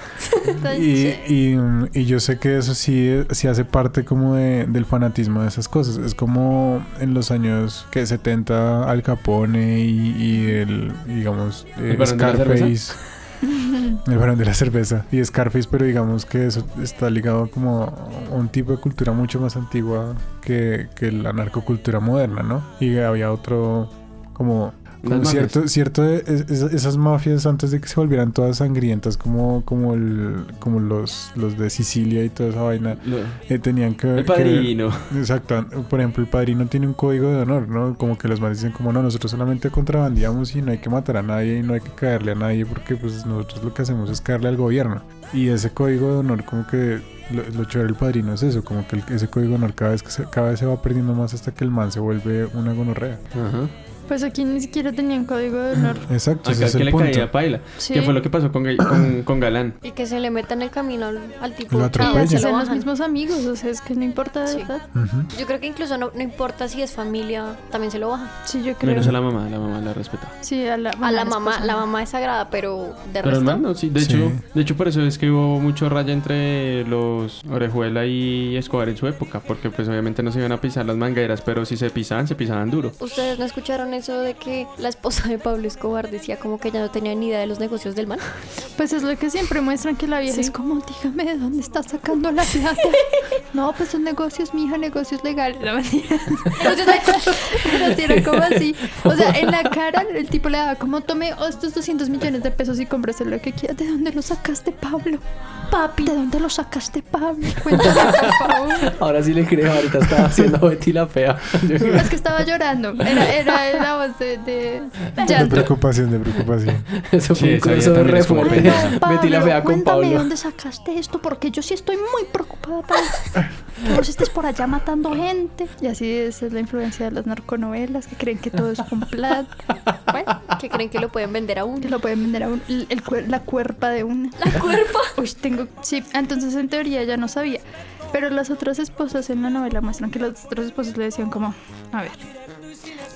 S2: Tan
S4: Y,
S2: chévere.
S4: y, mm, y yo sé que eso sí, sí hace parte como de- del fanatismo de esas cosas. Es como en los años que 70 Al Capone y, y el, digamos, eh,
S3: ¿El Barón de la
S4: Scarface. (laughs) El varón de la cerveza y Scarface, pero digamos que eso está ligado como a un tipo de cultura mucho más antigua que, que la narcocultura moderna, ¿no? Y había otro como como
S3: Las mafias.
S4: cierto, cierto de- es- es- esas mafias antes de que se volvieran todas sangrientas como, como, el, como los, los de Sicilia y toda esa vaina
S3: Lo-
S4: eh, tenían que
S3: el
S4: que-
S3: padrino.
S4: exacto por ejemplo el padrino tiene un código de honor no como que los manes dicen como no nosotros solamente contrabandeamos y no hay que matar a nadie y no hay que caerle a nadie porque pues nosotros lo que hacemos es caerle al gobierno y ese código de honor como que lo, lo chévere del padrino es eso como que el- ese código de honor cada vez que se, cada vez se va perdiendo más hasta que el man se vuelve una gonorrea
S3: Ajá.
S2: Pues aquí ni siquiera tenían código de honor.
S4: exacto ese
S3: Acá
S4: es
S3: que
S4: el
S3: le
S4: punto
S3: caía a Paila.
S2: Sí.
S3: Que fue lo que pasó con, Ga- con, con Galán.
S5: Y que se le meta en el camino al, al tipo.
S4: Lo
S5: y
S2: Y
S4: atropella.
S5: así
S2: así
S5: lo
S2: son los
S5: bajan.
S2: mismos amigos, o sea, es que no importa, de
S5: Sí.
S2: ¿verdad?
S4: Ujú.
S5: Yo creo que incluso no, no importa si es familia, también se lo baja.
S2: Sí, yo creo.
S3: Menos a la mamá, la mamá la respetaba.
S2: Sí, a la,
S5: A la
S2: es
S5: mamá,
S2: cosa.
S5: la mamá es sagrada, pero de
S3: Pero
S5: resto.
S3: el man no, sí. De,
S4: Sí.
S3: Hecho, de hecho, por eso es que hubo mucho raya entre los Orejuela y Escobar en su época. Porque, pues, obviamente no se iban a pisar las mangueras, pero si se pisaban, se pisaban duro.
S5: ¿Ustedes no escucharon eso de que la esposa de Pablo Escobar decía como que ya no tenía ni idea de los negocios del man?
S2: Pues es lo que siempre muestran que la vieja
S5: Sí.
S2: es como, dígame de dónde está sacando la plata. no, pues son negocios, mija, negocios legales. No, mentira. Pero sí era como así. O sea, en la cara el tipo le daba como, tome estos 200 millones de pesos y cómprese lo que quieras. ¿De dónde lo sacaste, Pablo? Papi. ¿De dónde lo sacaste, Pablo? Cuéntame, por favor.
S1: (laughs) Ahora sí le creo, ahorita estaba haciendo Betty la fea.
S2: Es que estaba llorando. Era, era, era voz de, de
S4: de
S2: llanto.
S4: preocupación de preocupación
S3: (laughs)
S1: Eso
S3: Sí,
S1: fue un
S3: esa
S1: crossover
S3: también
S1: re
S3: es como
S1: fuerte.
S3: pendeja.
S1: (laughs) Betty la fea con
S2: cuéntame
S1: Pablo.
S2: dónde sacaste esto, porque yo sí estoy muy preocupada, Pablo. Que vos estés por allá matando gente. Y así es, es la influencia de las narconovelas, que creen que todo es con plata. Bueno,
S5: Que creen que lo pueden vender a
S4: (laughs)
S2: que
S5: uno.
S2: lo pueden vender a un, el, el cuer- la cuerpa de una. ¿La cuerpa? Uy, tengo... Sí, entonces en teoría ya no sabía. Pero las otras esposas en la novela muestran que las otras esposas le decían como, a ver...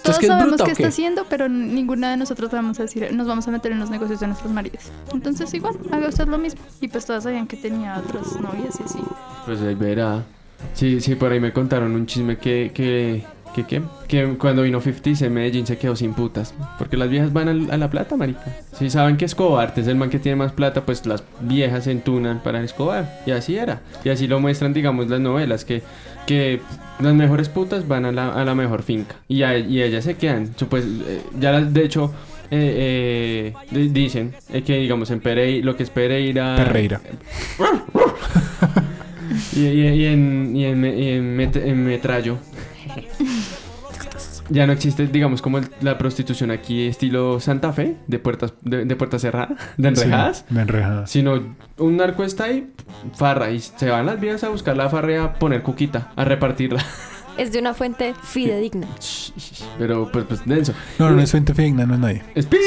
S2: Todos
S1: que es
S2: sabemos
S1: bruta o
S2: qué está
S1: qué?
S2: haciendo, pero ninguna de nosotros vamos a decir, nos vamos a meter en los negocios de nuestros maridos. Entonces igual, haga usted lo mismo. Y pues todas sabían que tenía otras novias y así.
S3: Pues ahí verá. Sí, sí, por ahí me contaron un chisme que... que que qué? Que cuando vino 50 en Medellín se quedó sin putas. Porque las viejas van al- a, la plata, marica. Si saben que Escobar es el man que tiene más plata, pues las viejas se entunan para Escobar. Y así era. Y así lo muestran, digamos, las novelas, que, que las mejores putas van a la, a la mejor finca. Y, a- y ellas se quedan. Supos- eh, ya las- de hecho, eh, eh, di- dicen eh, que, digamos, en Pereira, lo que es Pereira...
S4: Perreira
S3: Y, y- y en, y en, y en Met- en Metrallo. Ya no existe, digamos, como el- la prostitución aquí estilo Santa Fe, de puertas, de, de puertas cerradas, de enrejadas.
S4: Sí, de enrejadas
S3: Sino un narco está ahí, farra, y se van las vías a buscar la farra y a poner cuquita, a repartirla. (laughs)
S5: Es de una fuente fidedigna.
S3: Pero pues, pues denso.
S4: no no no es fuente fidedigna no es nadie
S3: Es pip.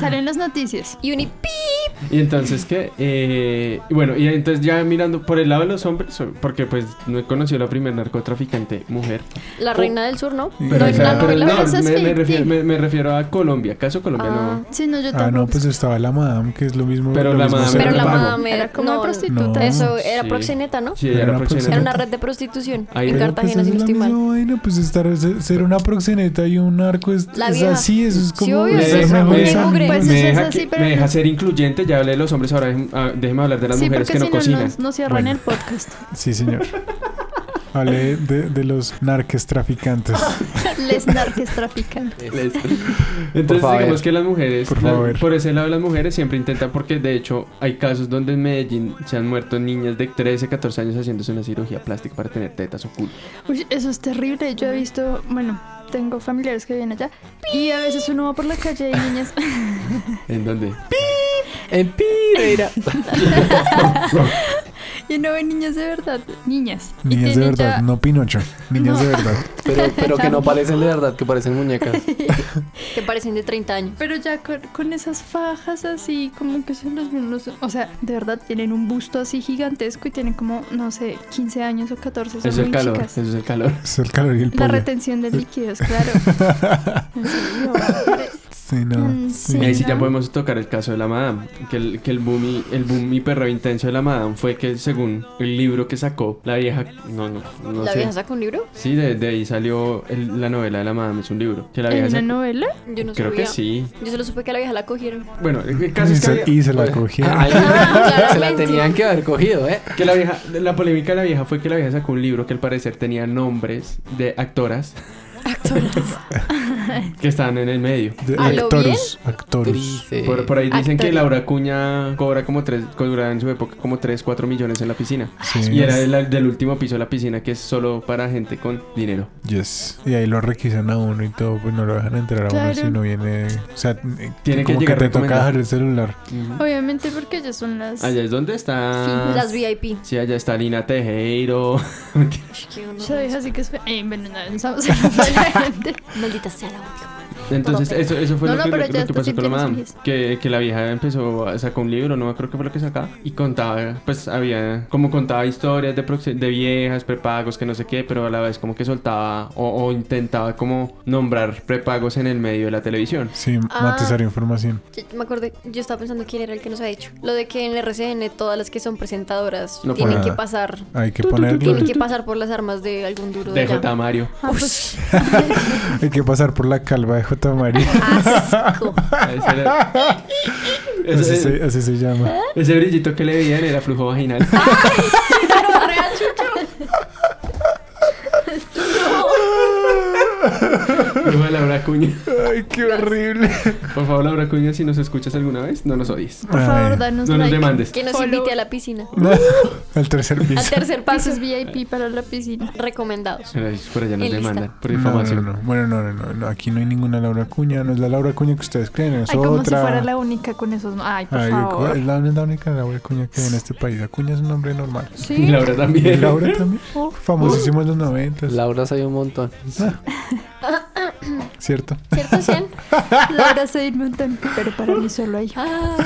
S2: Salen las noticias.
S5: Y un y pip
S3: Y entonces, ¿qué? Eh, bueno, y entonces ya mirando por el lado de los hombres, porque pues no he conocido la primera narcotraficante mujer.
S5: La reina del sur, ¿no?
S4: Pero
S5: no es
S4: esa-
S5: la
S3: pero
S5: novela.
S2: no,
S5: francesa.
S2: esa es
S3: me, me refiero,
S2: ficti.
S3: me- me refiero a Colombia, caso Colombia,
S5: Ah.
S3: no.
S2: Sí, no, yo
S4: Ah,
S2: tampoco.
S4: no, pues estaba la madame, que es lo mismo.
S3: Pero
S4: lo
S3: la
S4: mismo
S3: madame-
S4: ser
S5: Pero la
S4: vago.
S5: madame
S2: Era como
S5: no,
S2: una
S4: no.
S2: prostituta.
S5: Eso era
S3: Sí.
S5: proxeneta, ¿no?
S3: Sí, ella
S4: Era
S3: era
S5: Era
S3: proxeneta.
S5: una red de prostitución
S3: Ahí-
S5: en
S4: Pero,
S5: Cartagena,
S4: pues,
S5: si
S4: es
S5: no
S4: la
S5: estoy mal.
S4: misma vaina, pues estar, ser ser una proxeneta y un narco es,
S5: La
S4: es
S5: vieja.
S4: así, eso es
S5: Sí,
S4: como
S5: obvio,
S4: ser
S5: es
S4: mejor
S5: mugre,
S4: esa-
S5: mugre.
S2: Pues
S3: me,
S2: eso es
S3: deja
S2: así,
S3: que-
S2: pero
S3: me deja
S2: no-
S3: ser incluyente, ya hablé de los hombres, ahora dejen- ah, déjeme hablar de las
S2: sí,
S3: mujeres que
S2: porque
S3: no
S2: si no,
S3: cocinan.
S2: (laughs) nos, nos cierran
S4: Bueno.
S2: el podcast. (laughs)
S4: Sí, señor. Hablé de, de los narques
S5: (laughs)
S4: traficantes.
S2: Les narques trafican.
S3: Entonces
S1: favor.
S3: digamos que las mujeres,
S4: Por
S3: las-
S4: favor.
S3: por ese lado las mujeres siempre intentan, porque de hecho hay casos donde en Medellín se han muerto niñas de 13, 14 años haciéndose una cirugía plástica para tener tetas o culo.
S2: Uy, eso es terrible. Yo he visto, bueno, tengo familiares que viven allá y a veces uno va por la calle y hay niñas. (laughs)
S3: ¿En dónde?
S1: En Pireira.
S2: y no ven niñas de verdad. Niñas. Y
S4: Niñas de
S2: tienen
S4: verdad,
S2: ya-
S4: no Pinocho. Niñas
S2: No.
S4: de verdad.
S1: Pero, pero que no parecen de verdad, que parecen muñecas.
S5: Que parecen de 30 años.
S2: Pero ya con, con esas fajas así, como que son los mismos. O sea, de verdad tienen un busto así gigantesco y tienen como, no sé, 15 años o 14. Son
S3: Eso es el
S2: muy
S3: calor,
S2: chicas.
S3: eso es el calor.
S4: Es el calor y el
S2: La
S4: pollo.
S2: retención de
S3: (laughs)
S2: líquidos, claro. En serio, hombre.
S4: (laughs) Sí, no.
S2: Mm,
S4: Sí.
S3: Y ahí sí
S2: ¿no?
S3: ya podemos tocar el caso de la madame, que el, que el boom y, el boom y perreo intenso de la madame fue que según el libro que sacó la vieja, no, no, no
S5: ¿La
S3: sé.
S5: vieja sacó un libro?
S3: Sí, de, de ahí salió el- la novela de la madame, es un libro. Que la
S2: ¿En
S3: vieja
S2: una
S3: sacó-
S2: novela?
S5: Yo no
S3: Creo
S5: sabía.
S3: que sí.
S5: Yo solo supe que a la vieja la cogieron.
S3: Bueno, el caso
S4: Y
S3: es que
S4: se,
S3: había-
S4: y se la
S1: Oye,
S4: cogieron.
S1: a alguien
S5: Ah,
S1: se la
S5: claramente.
S1: tenían que haber cogido, ¿eh?
S3: Que la vieja, la polémica de la vieja fue que la vieja sacó un libro que al parecer tenía nombres de actoras
S5: (laughs)
S3: que estaban en el medio.
S4: De-
S5: ¿A lo
S4: Actorus. Actorus.
S1: Actrices.
S3: Por, por ahí dicen que
S5: Actoria.
S3: Laura Cuña cobra como tres, cobraba en su época como 3, 4 millones en la piscina.
S4: Sí.
S3: Y era de la- del último piso de la piscina que es solo para gente con dinero.
S4: Yes. Y ahí lo requisan a uno y todo, pues no lo dejan entrar a uno
S2: Claro.
S4: si no viene. O sea,
S3: Tiene que
S4: como
S3: llegar
S4: te toca
S3: recomendado.
S4: dejar el celular.
S2: Obviamente porque ellas son las...
S3: Allá es donde está.
S5: Las VIP.
S3: Sí, allá está Lina Tejero.
S5: Ush, qué horror.
S2: Esa vieja sí que es fea. Eh, bueno, no, (laughs) no estamos hablando de la gente.
S5: Maldita sea la odio.
S3: Entonces,
S5: Todo feo.
S3: eso, eso fue
S2: No,
S3: lo,
S2: no,
S3: que,
S2: pero
S3: lo
S2: ya
S3: que
S2: está
S3: pasó con la
S2: sintiendo
S3: madame.
S2: feliz.
S3: Que, que la vieja empezó a sacar un libro, no me acuerdo qué fue lo que sacaba. Y contaba, pues había, como contaba historias de, proxi- de viejas, prepagos, que no sé qué, pero a la vez como que soltaba o, o intentaba como nombrar prepagos en el medio de la televisión.
S4: Sí,
S5: Ah.
S4: matizar información.
S5: Yo- yo me acordé, yo estaba pensando quién era el que nos ha hecho. Lo de que en RCN todas las que son presentadoras
S3: No
S5: tienen
S4: puedo.
S5: que pasar.
S4: Hay que ponerlo.
S5: Tienen que pasar por las armas de algún duro de
S3: De J.
S5: allá.
S2: (laughs)
S3: Mario.
S2: Ah, pues,
S4: (laughs) Hay que pasar por la calva de J. María.
S5: Asco.
S3: Ese, era-
S4: (laughs) Así
S3: ese-
S4: se, así se llama.
S3: ese brillito que le veían era flujo vaginal. Flujo de Laura Cuña.
S4: Ay, qué (laughs) horrible.
S3: Por favor, Laura Cuña, si nos escuchas alguna vez, no nos odies.
S2: por favor, danos
S3: No nos
S2: like.
S3: demandes.
S5: Que nos
S2: Follow.
S5: invite a la piscina.
S4: Al tercer
S5: Al
S4: piso.
S5: tercer paso
S2: Pases VIP para la piscina.
S5: recomendados.
S3: Pero Por allá nos
S5: En lista.
S3: demandan por
S4: No, no,
S3: información.
S4: no. Bueno, no, no, no, no. Aquí no hay ninguna Laura Cuña. No es la Laura Cuña que ustedes creen. Es
S2: Ay, como
S4: otra.
S2: si fuera la única con esos... Ay, por
S4: Ay,
S2: favor.
S4: es la, es la única Laura Cuña que hay en este país. Acuña es un nombre
S3: (laughs)
S4: normal.
S3: Y
S2: Sí.
S3: Laura
S4: Y
S3: también.
S4: Laura también. Famosísimo en los 90.
S1: Laura hay un montón.
S4: ¿Cierto? (laughs)
S5: ¿Cierto, Sean?
S2: Laura se un montón. Pero para mí solo hay...
S5: Ah,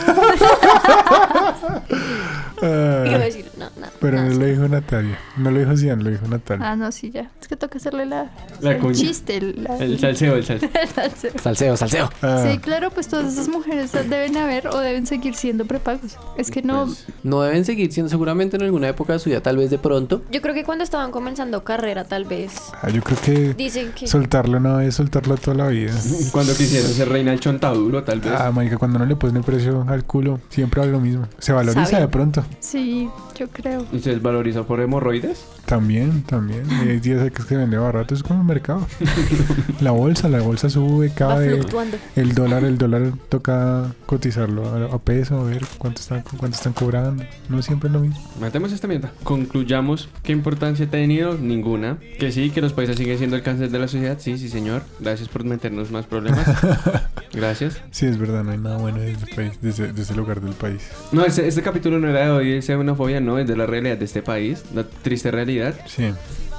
S4: Ah,
S5: iba a decir, no, no.
S4: pero
S5: no.
S4: no lo dijo Natalia. No lo dijo Cian, lo dijo Natalia.
S2: Ah, no, sí, ya. Es que toca hacerle la...
S3: La
S2: el
S3: cuña.
S2: chiste. La,
S3: El salseo, el salseo.
S2: el salseo.
S1: Salseo, salseo.
S4: Ah,
S2: Sí, claro, pues todas esas mujeres deben haber o deben seguir siendo prepagos. Es que no,
S3: Pues,
S1: No deben seguir siendo seguramente en alguna época de su vida, tal vez de pronto.
S5: Yo creo que cuando estaban comenzando carrera, tal vez.
S4: ah, yo creo que
S5: Dicen que.
S4: soltarlo no es soltarlo toda la (laughs) vida.
S3: Pues, Cuando quisieron ser reina el chontaduro, tal vez.
S4: Ah, marica, cuando no le pones el precio al culo, siempre habla lo mismo. Se valoriza
S5: Sabio.
S4: de pronto.
S2: sí, yo creo.
S3: ¿Y se desvalorizó por hemorroides?
S4: También, también. Y hay días que es que vende barato, es como el (laughs) mercado. la bolsa, la bolsa sube,
S5: Va
S4: cae.
S5: fluctuando.
S4: El dólar, el dólar toca cotizarlo a, a peso, a ver cuánto están, cuánto están cobrando. No siempre es lo mismo.
S3: Matemos esta mierda. Concluyamos qué importancia ha tenido. Ninguna. Que sí, que los países siguen siendo el cáncer de la sociedad. Sí, sí, señor. Gracias por meternos más problemas. Gracias.
S4: Sí, es verdad, no hay nada bueno desde el país, desde, desde el hogar del país.
S3: No, este, este capítulo no era de hoy, es xenofobia, no, es de la realidad de este país, la triste realidad.
S4: Sí.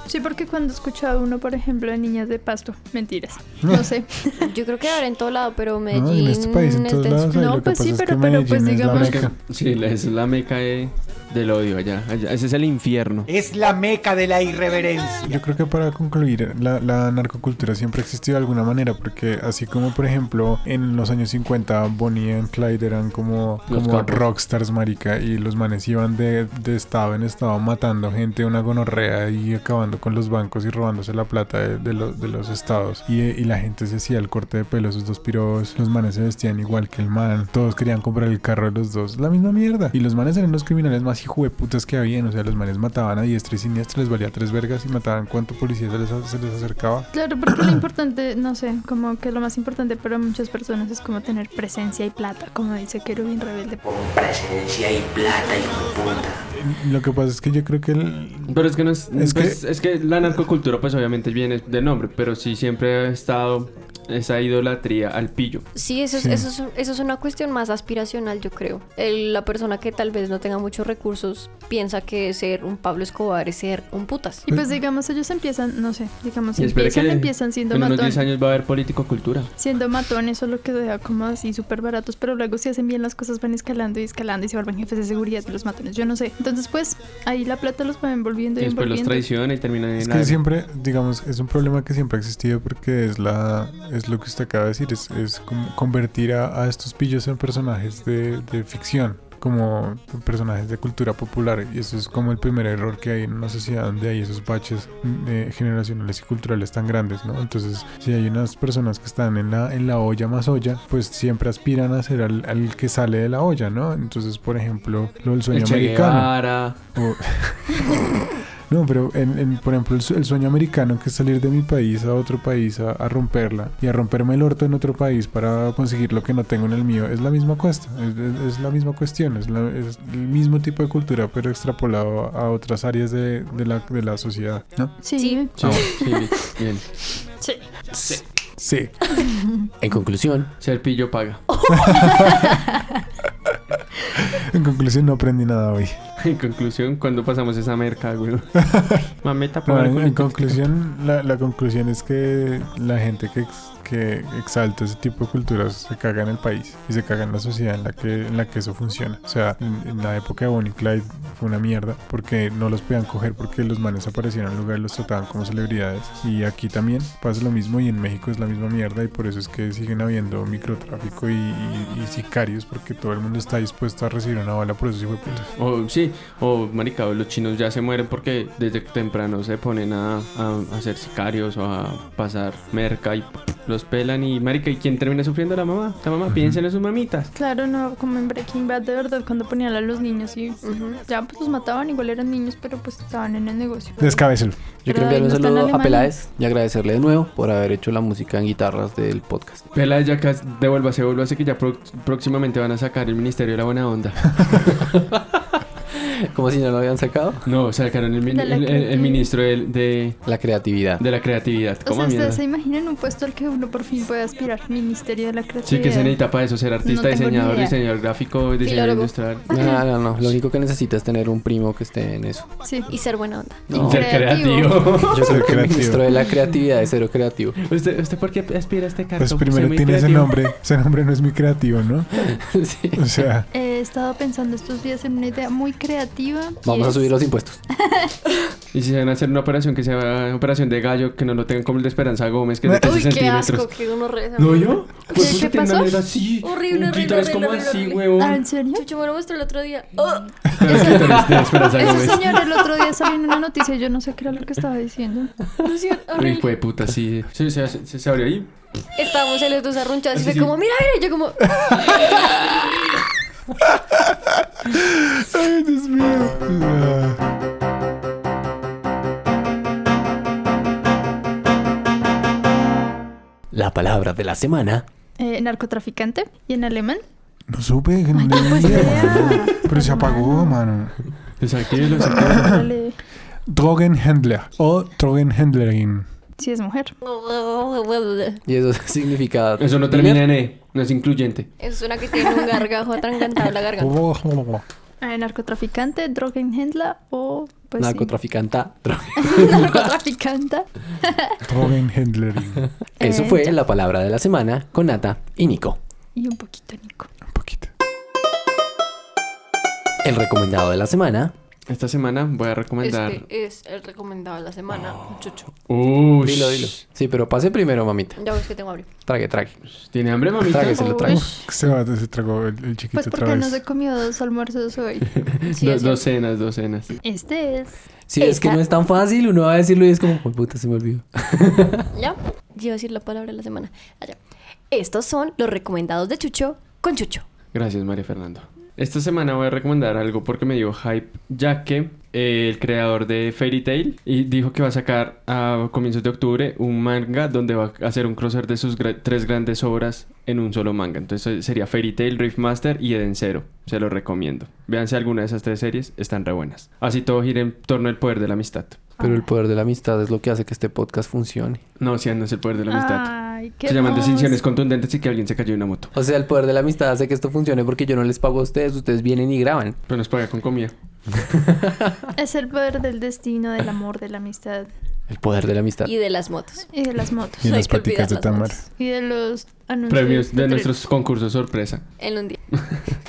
S2: Sí, porque cuando escuchaba uno, por ejemplo, de niñas de pasto, mentiras.
S3: (laughs)
S2: No sé.
S5: Yo creo que ahora en todo lado, pero
S4: en
S5: Medellín.
S4: este país, en todos
S5: es de-
S4: lados,
S2: No,
S4: lo que
S2: pues
S4: pasa
S2: sí,
S4: es que
S2: pero- pero, pues,
S4: Medellín es la
S2: digamos
S4: meca.
S3: Sí, la- es la meca de- del odio allá, allá. Ese es el infierno.
S8: Es la meca de la irreverencia.
S4: Yo creo que para concluir, la, la narcocultura siempre ha existido de alguna manera, porque así como por ejemplo en los años 50 Bonnie and Clyde eran como,
S3: Los
S4: como
S3: capos.
S4: rockstars marica y los manes iban de, de estado en estado matando gente, una gonorrea y acabando con los bancos y robándose la plata de, de los- de los estados. Y, y la gente se hacía el corte de pelo, esos dos piros, los manes se vestían igual que el man, todos querían comprar el carro de los dos, la misma mierda. Y los manes eran los criminales más hijueputas que habían, o sea, los manes mataban a diestra y siniestra, les valía tres vergas y mataban cuánto policía se les, se les acercaba.
S2: Claro, porque lo importante, no sé, como que lo más importante para muchas personas es como tener presencia y plata, como dice Kerubin Rebelde. pues,
S8: Presencia y plata, hijo de puta.
S4: Lo que pasa es que yo creo que el,
S3: Pero es que no es.
S4: Es
S3: pues, Es, que... la narcocultura, pues obviamente viene del nombre, pero sí siempre ha estado esa idolatría al pillo.
S5: Sí, eso es,
S4: Sí.
S5: Eso, es, eso es una cuestión más aspiracional, yo creo. El- la persona que tal vez no tenga muchos recursos piensa que ser un Pablo Escobar es ser un putas.
S2: Y pues digamos, ellos empiezan, no sé, digamos,
S3: Y espera
S2: empiezan,
S3: que
S2: empiezan siendo
S3: en unos 10
S2: matones.
S3: años va a haber político-cultura.
S2: Siendo matones, solo que deja como así súper baratos, pero luego si hacen bien las cosas van escalando y escalando y se vuelven jefes de seguridad de los matones, yo no sé. Entonces pues ahí la plata los va envolviendo
S3: Y
S2: y
S3: después los
S2: envolviendo.
S3: traiciona y terminan en
S4: Es
S3: la-
S4: que siempre, digamos, es un problema que siempre ha existido porque es la es lo que usted acaba de decir, es, es como convertir a, a estos pillos en personajes de, de ficción, como personajes de cultura popular. Y eso es como el primer error que hay en una sociedad donde hay esos baches mm, eh, generacionales y culturales tan grandes, ¿no? Entonces, si hay unas personas que están en la, en la olla más olla, pues siempre aspiran a ser al, al que sale de la olla, ¿no? Entonces, por ejemplo, lo del sueño
S3: el Che
S4: americano.
S3: Guevara.
S4: O- (laughs) No, pero en, en, por ejemplo, el, su- el sueño americano que es salir de mi país a otro país a, a romperla y a romperme el orto en otro país para conseguir lo que no tengo en el mío es la misma cuesta, es, es- es la misma cuestión, es, la- es el mismo tipo de cultura pero extrapolado a otras áreas de, de la, de la sociedad, ¿no?
S2: Sí,
S5: Sí.
S3: Sí, sí, bien.
S4: Sí.
S1: En conclusión,
S3: Ser pillo paga. (laughs)
S4: En conclusión, no aprendí nada hoy.
S3: En conclusión, cuando pasamos esa merca, güey. Mameta
S4: No,
S3: paga.
S4: en, en conclusión, la, la conclusión es que la gente que, ex- que exalta ese tipo de culturas se caga en el país y se caga en la sociedad en la que, en la que eso funciona. O sea, en, en la época de Bonnie y Clyde fue una mierda porque no los podían coger porque los manes aparecían en un lugar y los trataban como celebridades. Y aquí también pasa lo mismo y en México es la misma mierda y por eso es que siguen habiendo microtráfico y, y- y sicarios porque todo el mundo está dispuesto a recibir una bala por eso hijos de puta.
S3: O sí, o marica, los chinos ya se mueren porque desde temprano se ponen a, a, a ser sicarios o a pasar merca y los pelan y marica, ¿y quién termina sufriendo? La mamá. La mamá, piensen en sus mamitas.
S2: Claro, no, como en Breaking Bad, de verdad, cuando ponían a los niños y
S5: Ujú.
S2: ya pues los mataban, igual eran niños, pero pues estaban en el negocio.
S4: Descábezelo.
S1: yo
S2: Pero
S1: quiero enviar
S2: ahí
S1: un
S2: no está en
S1: saludo a
S2: Alemania.
S1: Peláez y agradecerle de nuevo por haber hecho la música en guitarras del podcast. (laughs)
S3: Pela ya casi, devuélvase, devuélvase que ya pro- próximamente van a sacar el Ministerio de la Buena (laughs) Onda.
S1: Como si no lo habían sacado.
S3: No, sacaron el, min-
S2: De la
S3: el- el- el
S2: creatividad.
S3: ministro del- de,
S1: La creatividad.
S3: de la creatividad.
S2: O
S3: ¿Cómo
S2: sea,
S3: mierda?
S2: ¿ustedes se imaginan un puesto al que uno por fin puede aspirar? Ministerio de la Creatividad.
S3: Sí, que se necesita para eso ser artista,
S2: tengo ni
S3: diseñador,
S2: idea.
S3: diseñador gráfico, diseñador
S5: Filólogo.
S2: (laughs)
S3: industrial.
S1: No, no, no. Lo único que necesita es tener un primo que esté en eso.
S2: Sí.
S5: Y ser buena onda.
S1: No,
S3: Ser
S2: Creativo.
S3: creativo.
S1: yo creo que el
S4: creativo.
S1: ministro de la creatividad es cero creativo.
S3: (laughs) ¿Usted, ¿Usted por qué aspira a este cargo?
S4: Pues
S3: Soy
S4: primero
S3: muy
S4: tiene ese
S3: creativo.
S4: nombre. Ese nombre no es muy creativo, ¿no?
S1: Sí.
S4: O sea...
S2: He estado pensando estos días en una idea muy creativa. y
S1: Vamos a
S2: es-
S1: subir los impuestos.
S3: Y si se van a hacer una operación que sea operación de gallo, que no lo tengan como el de Esperanza Gómez,
S4: (laughs)
S3: que es de 13
S5: Uy, qué
S3: centímetros.
S5: asco, que uno reza.
S3: ¿No yo? Pues
S2: ¿Qué
S3: eso tiene una
S2: pasó?
S3: nalga así.
S5: Horrible,
S3: un
S5: horrible,
S3: clítoris
S5: horrible,
S3: como
S5: horrible,
S3: así,
S5: horrible.
S2: ¿Ah,
S3: huevón.
S2: en serio?
S5: Chucho me lo mostró el otro día. ¡Oh!
S3: Pero el clítoris de Esperanza
S2: Ese
S3: Gómez.
S2: señor el otro día salió en una noticia y yo no sé qué era lo que estaba diciendo.
S5: No sé,
S3: Uy,
S5: horrible.
S3: hijo de puta, sí. Sí, se, se- se abrió ahí.
S5: Estábamos en los dos arrunchados y
S3: Así
S5: fue
S3: sí.
S5: como, mira, mira, y yo como,
S4: Ay, Dios mío. Ah.
S1: La palabra de la semana.
S2: Eh, narcotraficante y en alemán.
S4: No supe, que no
S2: Ay, pues,
S4: leía,
S2: vea.
S4: mano. Pero se apagó, mano.
S3: Desactívelo,
S2: (laughs) Órale,
S4: Drogenhändler o Drogenhändlerin.
S2: Si es mujer.
S1: Y eso (laughs) significa. Pues
S3: Eso no termina en E, no es incluyente.
S5: es una que tiene un gargajo atragantado en la garganta.
S2: Eh, narcotraficante, drogenhändler o Pues sí.
S1: narcotraficanta. tra-
S2: (laughs) Narcotraficanta.
S4: Drogen Handlering.
S1: Eso
S2: Eh,
S1: fue
S2: ya.
S1: la palabra de la semana con Nata y Nico.
S2: Y un poquito Nico.
S4: Un poquito.
S1: El recomendado de la semana.
S3: Esta semana voy a recomendar.
S5: Este es el recomendado de la semana, muchacho.
S3: Ush.
S1: Dilo, dilo. Sí, pero pase primero, mamita.
S5: Ya ves que tengo hambre.
S1: Trague, trague.
S3: ¿Tiene hambre, mamita?
S1: Trague, Ah, se
S3: (laughs)
S1: lo trague.
S4: Se va, se tragó el, el chiquito
S2: Pues
S4: otra
S2: porque
S4: vez.
S2: no se comió dos almuerzos hoy.
S5: Sí,
S3: Do-
S5: es
S3: dos cenas, dos cenas.
S2: Este es.
S1: Si es que
S5: Esta-
S1: no es tan fácil, uno va a decirlo y es como, "Ay, puta, se me olvidó.
S5: ¿Ya? Yo iba a decir la palabra de la semana. Allá. Estos son los recomendados de Chucho con Chucho.
S3: Gracias, María Fernando. Esta semana voy a recomendar algo porque me dio hype, ya que eh, el creador de Fairy Tail y dijo que va a sacar a comienzos de octubre un manga donde va a hacer un crossover de sus gra- tres grandes obras en un solo manga. Entonces eh, sería Fairy Tail, Riftmaster y Eden Zero. Se lo recomiendo. Véanse alguna de esas tres series, están re buenas. Así todo gira en torno al poder de la amistad.
S1: Pero el poder de la amistad es lo que hace que este podcast funcione.
S3: No, si no es el poder de la amistad.
S2: Ay, qué
S3: Se llaman
S2: hermoso.
S3: decisiones contundentes y que alguien se cayó de una moto.
S1: O sea, el poder de la amistad hace que esto funcione porque yo no les pago a ustedes, ustedes vienen y graban.
S3: Pero nos paga con comida.
S2: Es el poder del destino, del amor, de la amistad
S1: El poder de la amistad.
S5: Y de las motos.
S2: y de las motos.
S4: Y
S5: No hay
S4: las
S5: que
S4: paticas
S5: olvidar
S4: de
S5: las
S4: Tamar.
S5: motos.
S2: Y de los anuncios.
S3: Premios de
S2: tele-
S3: nuestros concursos sorpresa.
S5: En un día.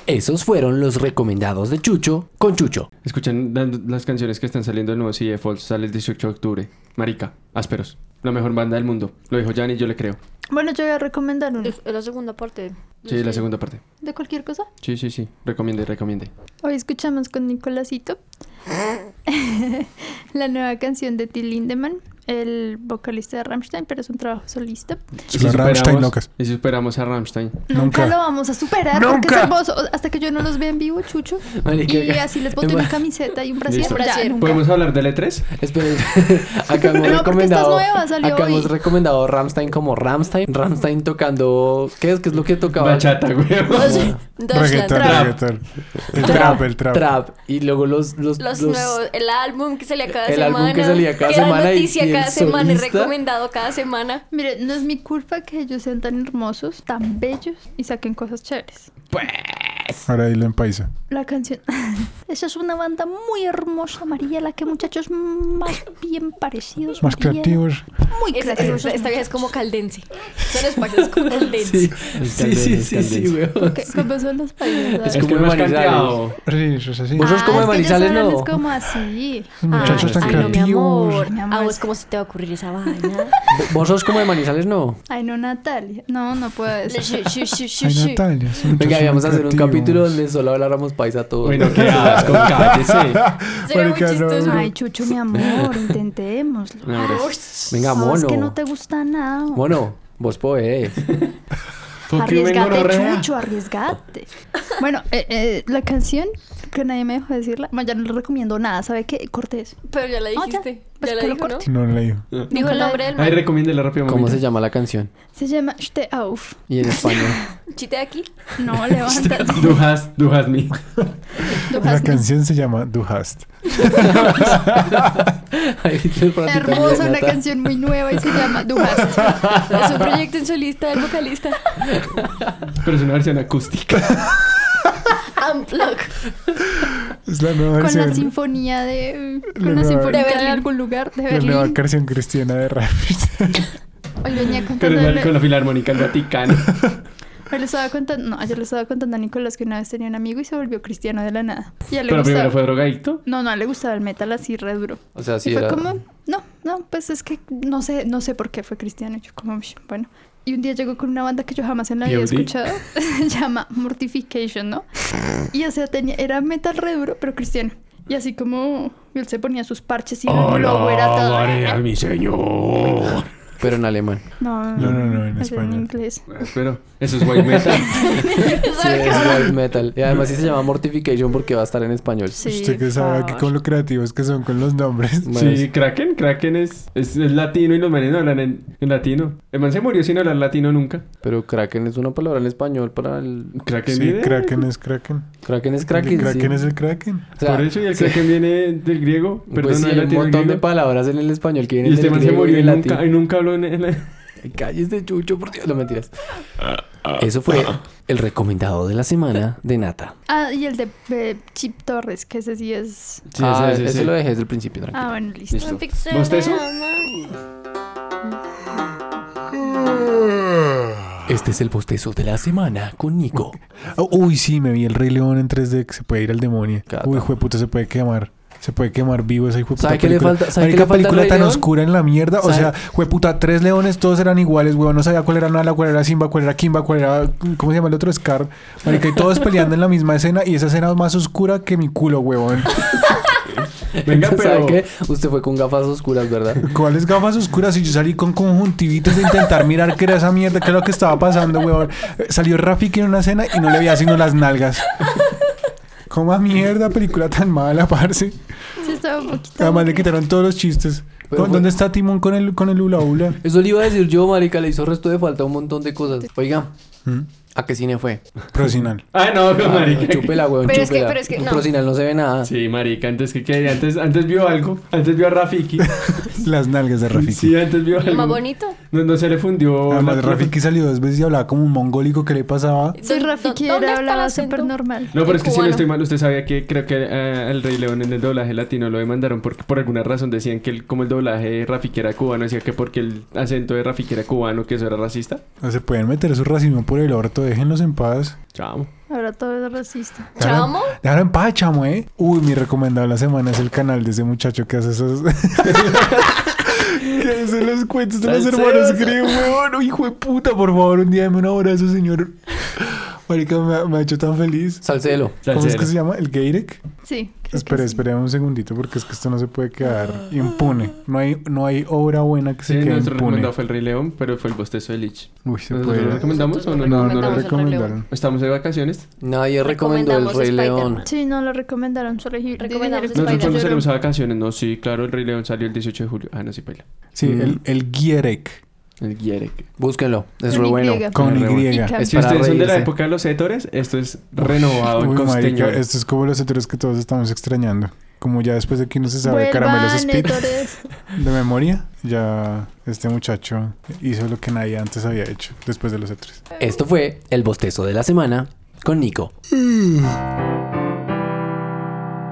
S1: Esos fueron los recomendados de Chucho con Chucho.
S3: Escuchen la- las canciones que están saliendo del nuevo CD de Falls. Sale el 18 de octubre. Marica, Ásperos. La mejor banda del mundo. Lo dijo Jan y yo le creo.
S2: Bueno, yo voy a recomendar uno.
S5: Es la segunda parte.
S3: Sí, la segunda parte.
S2: ¿De cualquier cosa?
S3: Sí, sí, sí. Recomiende, recomiende.
S2: Hoy escuchamos con Nicolásito (laughs) la nueva canción de Till Lindemann, el vocalista de Rammstein, pero es un trabajo solista.
S4: Las Rammstein locas.
S3: y si superamos a Rammstein.
S2: Nunca,
S4: Nunca.
S2: lo vamos a superar porque es
S4: Nunca.
S2: hermoso. O- Hasta que yo no los vea en vivo, Chucho.
S1: Marica,
S2: y así les pongo una camiseta y un brasier.
S3: Listo.
S2: ya,
S5: Brasier.
S2: nunca.
S3: ¿Podemos hablar del E3?
S2: (laughs)
S1: Esperen, acá hemos
S2: No, porque
S1: recomendado.
S2: esta es nueva, salió
S1: acá hemos
S2: hoy.
S1: recomendado Ramstein como Ramstein. Ramstein tocando. ¿Qué es? ¿Qué es lo que tocaba?
S3: Bachata,
S2: (laughs)
S3: güey.
S2: Ah,
S5: Deutschland.
S4: Reggaeton,
S5: Trap.
S4: reggaeton. El trap, el trap.
S1: Trap. Y luego los. Los,
S5: Los,
S1: los-
S5: nuevos, el álbum que salía cada
S1: El
S5: semana.
S1: álbum que salía cada
S5: era
S1: semana y-
S5: noticia
S1: y el
S5: cada semana, es
S1: solista.
S5: recomendado cada semana.
S2: Mire, no es mi culpa que ellos sean tan hermosos, tan bellos y saquen cosas chéveres.
S4: Ahora dilo en paisa.
S2: La canción. (laughs) Esa es una banda muy hermosa, María, la que muchachos más bien parecidos.
S4: Más
S2: Mariela.
S4: creativos.
S2: Muy
S5: Es-
S2: creativos.
S5: esta, esta vieja es como caldense. Son espacios como caldense.
S1: (laughs) Sí, sí, sí, sí, sí, weón.
S2: ¿Qué- ¿Cómo son los países? Ah,
S1: Es como
S3: más
S1: Manizales.
S3: canteado.
S4: Sí, eso es así.
S1: Vos sos como de
S2: es que ellos
S1: Manizales,
S2: hablan
S1: ¿no?
S2: Es como así.
S4: Muchachos tan
S5: ay, Ah, no, mi
S4: creativos.
S5: amor.
S2: Mi amor,
S5: A vos,
S2: es-
S5: ¿cómo se te va a ocurrir esa
S2: (laughs)
S5: vaina?
S1: Vos sos como de Manizales, no.
S2: Ay, no, Natalia. No, no puedo decir.
S5: Shu, shu, shu, shu,
S4: Ay,
S5: shu.
S4: Natalia. son muchos
S1: Venga, íbamos a hacer un
S4: creativos.
S1: capítulo donde solo habláramos paisa a todos. (laughs)
S3: Bueno, qué asco, cállese.
S5: Sería muy
S4: Marica, no,
S5: chistoso.
S2: Ay, Chucho, mi amor, intentémoslo.
S3: No, gracias.
S1: (laughs) Venga,
S2: No, es
S1: mono.
S2: que no te gusta nada.
S1: Mono, vos podés.
S3: Fuck you, men,
S2: Arriesgate,
S3: gonorrea.
S2: Chucho, arriesgate. Bueno, eh, eh, la canción que nadie me dejó decirla. Bueno, ya no le recomiendo nada. ¿Sabe qué? Cortés.
S5: Pero ya la
S2: ya.
S5: dijiste.
S2: Pues
S5: ya la
S2: que lo
S5: dijo, ¿no?
S2: corte.
S4: No, no la digo.
S5: Dijo el
S2: la-
S5: nombre del
S3: Ay,
S5: man.
S3: recomiéndela rápido, mamita.
S1: ¿Cómo se llama la canción?
S2: Se llama Ste Auf.
S1: Y en
S3: (laughs)
S1: español.
S5: Chite de aquí.
S1: (laughs)
S2: No, levántate.
S3: Do has, do has me.
S2: tú
S4: La
S2: has-
S4: canción se llama Du hast.
S1: Ahí está el ratito
S2: Hermosa,
S1: de
S2: una
S1: Nata.
S2: canción muy nueva y se llama Du
S1: (laughs)
S2: hast.
S5: Es un proyecto en solista del
S2: (laughs)
S5: vocalista.
S3: Pero es una
S1: (laughs)
S3: versión acústica.
S5: Unplug.
S4: Es la nueva
S2: Con la
S4: versión.
S2: sinfonía de.
S4: La
S2: Con la
S4: nueva-
S2: sinfonía
S5: De
S2: de,
S5: Berlín.
S2: algún lugar de
S4: La nueva
S2: Berlín.
S4: canción cristiana de rap. (laughs)
S2: Hoy venía
S3: Pero
S2: contando.
S3: es la- con la filarmónica del
S1: (laughs)
S3: Vaticano.
S2: Hoy le estaba contando. No, ayer le estaba contando a Nicolás que una vez tenía un amigo y se volvió cristiano de la nada. Y a él le
S3: Pero primero
S2: gustaba-
S3: fue drogadicto.
S2: No, no, a él le gustaba el metal así re duro.
S1: O sea, sí
S2: y fue
S1: era-
S2: como, no, no, pues es que no sé, no sé por qué fue cristiano. Y Yo como, "Ush, bueno. Y un día llegó con una banda que yo jamás en la vida he
S3: POD.
S2: escuchado. (laughs) Se llama Mortification, ¿no? Y o sea, tenía, era metal re duro, pero cristiano. Y así como y él se ponía sus parches y
S3: Oh,
S2: lo globo era todo. ¿eh?
S3: mi señor.
S1: Pero en alemán.
S2: No,
S4: No, no, no, en
S2: es
S4: español.
S2: En inglés.
S3: Ah, Pero eso es
S1: (laughs)
S3: white metal.
S1: Sí, es white metal. Y además sí se llama Mortification porque va a estar en español.
S2: Sí,
S4: Usted que
S2: por
S4: sabe que
S2: favor.
S4: con lo creativos que son con los nombres.
S1: Bueno,
S3: sí, Kraken. Kraken es, es, es latino y los manes no hablan en, en latino. El man se murió sin hablar latino nunca.
S1: Pero Kraken es una palabra en español para el...
S3: Kraken
S4: Sí,
S3: viene.
S4: Kraken es Kraken.
S1: Kraken es
S4: El
S1: Kraken,
S4: Kraken
S1: sí.
S4: es el Kraken.
S1: O sea,
S3: Por eso, y el
S1: sí.
S3: Kraken viene del griego. Perdón,
S1: Pues sí,
S3: no
S1: hay un
S3: del latino, del
S1: montón de
S3: griego.
S1: palabras en el español que
S3: Y
S1: vienen
S3: este
S1: del
S3: man se
S1: griego y
S3: murió y
S1: el latín.
S3: nunca, y nunca habló en el.
S1: Calles de chucho, por Dios, no mentiras. Eso fue el recomendado de la semana de Nata.
S2: Ah, y el de, eh, Chip Torres, que ese sí es.
S3: Sí,
S1: ah,
S3: sí, sí,
S1: ese
S3: sí.
S1: lo dejé desde el principio, tranquilo.
S2: Ah, bueno, listo.
S3: Listo.
S5: Pixel,
S3: ¿Bostezo?
S1: Este es el bostezo de la semana con Nico.
S4: Oh, uy, sí, me vi el Rey León en 3D. que Se puede ir al demonio.
S1: Cata.
S4: Uy, jueputa, se puede quemar. Se puede quemar vivo esa hijueputa
S1: ¿Sabe qué le
S4: película.
S1: falta- sabe qué le
S4: Marica,
S1: falta al
S4: película
S1: Rey
S4: tan
S1: León?
S4: oscura en la mierda. O
S1: ¿Sabe?
S4: sea, jueputa, tres leones, todos eran iguales, weón. No sabía cuál era Nala, cuál era Simba, cuál era Kimba, cuál era... ¿Cómo se llama el otro? Scar. Marica, y todos peleando en la misma escena. Y esa escena es más oscura que mi culo, weón.
S3: (laughs) Venga,
S1: ¿Sabe
S3: pero.
S1: qué? Usted fue con gafas oscuras, ¿verdad?
S4: ¿Cuáles gafas oscuras? Y yo salí con conjuntivitis de intentar mirar qué era esa mierda, qué era lo que estaba pasando, weón. Eh, Salió Rafiki en una escena y no le veía sino las nalgas. Coma mierda, película tan mala, parce.
S2: Sí, estaba un poquito.
S4: Además le quitaron todos los chistes.
S1: Pero
S4: ¿Dó-
S1: fue-
S4: ¿Dónde está Timón con el, con el hula hula?
S1: Eso le iba a decir yo, marica, le hizo resto de falta un montón de cosas. Oiga,
S4: ¿Mm?
S1: ¿a qué cine fue?
S4: Procinal.
S3: (laughs) Ah, no, (laughs) pero marica.
S1: Chúpela, weón,
S5: Pero es que-
S1: chúpela.
S5: pero es que
S1: Un
S5: no.
S1: Procinal no se ve nada.
S3: Sí, marica, antes que qué, antes, antes vio algo, antes vio
S1: (laughs)
S3: a Rafiki.
S4: Las nalgas de Rafiki.
S3: Sí, antes vio
S5: Lo
S3: algo.
S5: más bonito.
S3: No, no se le
S1: Ah,
S3: fundió.
S4: Además,
S3: la-
S4: Rafiki salió dos veces y hablaba como un mongólico que le pasaba.
S2: Sí, Rafiki
S5: ¿Dónde
S2: era
S5: está el
S2: hablaba
S5: acento?
S2: súper normal.
S3: No, pero es que si no
S5: Cubano.
S3: estoy mal, usted sabía que creo que eh, el Rey León en el doblaje latino lo demandaron porque por alguna razón decían que el- como el doblaje de Rafiki era cubano, decía que porque el acento de Rafiki era cubano, que eso era racista.
S4: No se pueden meter su racismo por el orto, déjenlos en paz.
S3: Chao.
S2: Ahora todo es racista.
S4: Déjalo-
S5: ¿Chamo?
S4: Déjalo en paz, chamo, ¿eh? Uy, mi recomendado de la semana es el canal de ese muchacho que hace esos... (laughs) que hace los cuentos de los
S1: Salseos.
S4: hermanos Grimm, weón. Hijo de puta, por favor, un día dame un abrazo, señor. Marica, me ha, me ha hecho tan feliz.
S1: Salcelo.
S4: ¿Cómo es que se llama? ¿El Gairek?
S2: Sí. creo que
S4: Espera,
S2: sí.
S4: espera un segundito porque es que esto no se puede quedar impune. No hay, no hay obra buena que
S3: Sí,
S4: se quede
S3: nuestro
S4: impune.
S3: recomendado fue el Rey León, pero fue el bostezo de Lich.
S4: Uy, se
S3: ¿Nosotros lo
S4: puede.
S3: recomendamos o no?
S4: No,
S5: Recomendamos
S4: no lo
S5: el Rey
S4: recomendaron.
S5: León.
S3: ¿Estamos de vacaciones?
S1: Nadie recomendó el
S5: Recomendamos
S1: Rey
S5: Spider-Man.
S1: León.
S2: Sí, no lo recomendaron. Solo dije-
S5: Recomendamos
S2: dijeron-
S3: Nosotros
S5: Spider-Man.
S3: cuando
S2: Yo
S3: salimos
S2: lo-
S3: a vacaciones, no, sí, claro, el Rey León salió el 18 de julio. Ah, no, sí, paila.
S4: Sí,
S2: Mm.
S4: el, el Gierek
S3: El Gierek.
S1: Búsquenlo, es
S2: Con
S1: re
S2: Y.
S1: bueno.
S4: con
S1: Re
S4: Y.
S1: bueno.
S2: Y
S3: Si
S1: para
S3: ustedes son de la
S1: reírse.
S3: época de los setores, esto es renovado en
S4: Uy,
S3: costeño.
S4: marica, esto es como los sectores que todos estamos extrañando. Como ya después de que no se sabe
S2: Vuelvan,
S4: caramelos speed
S2: editores.
S4: de memoria, ya este muchacho hizo lo que nadie antes había hecho después de los E3.
S1: Esto fue el bostezo de la semana con Nico.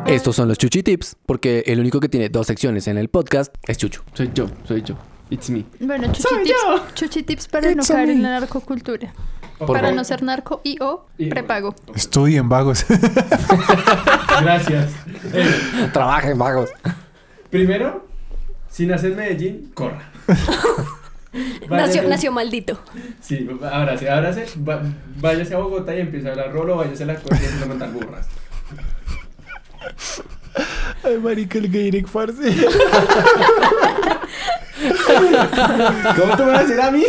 S1: Estos son los Chuchi Tips, porque el único que tiene dos secciones en el podcast es Chucho.
S3: Soy yo, soy yo. It's me.
S2: Bueno, chuchi tips, chuchi tips para no caer en la narcocultura.
S1: Por
S2: Para
S1: favor.
S2: no ser narco y o
S3: Y-
S2: prepago.
S4: Estudien vagos. (laughs)
S3: Gracias.
S1: Trabajen, vagos.
S3: Primero, si nace en Medellín, corra.
S5: (laughs) Nació, nació maldito.
S3: Sí, ahora sí, ahora sí. váyase a Bogotá y empieza a hablar rolo, váyase a la costa y empieza a montar burras.
S4: Ay, marica, el Gairek farce.
S3: ¿Cómo te vas a decir a mí?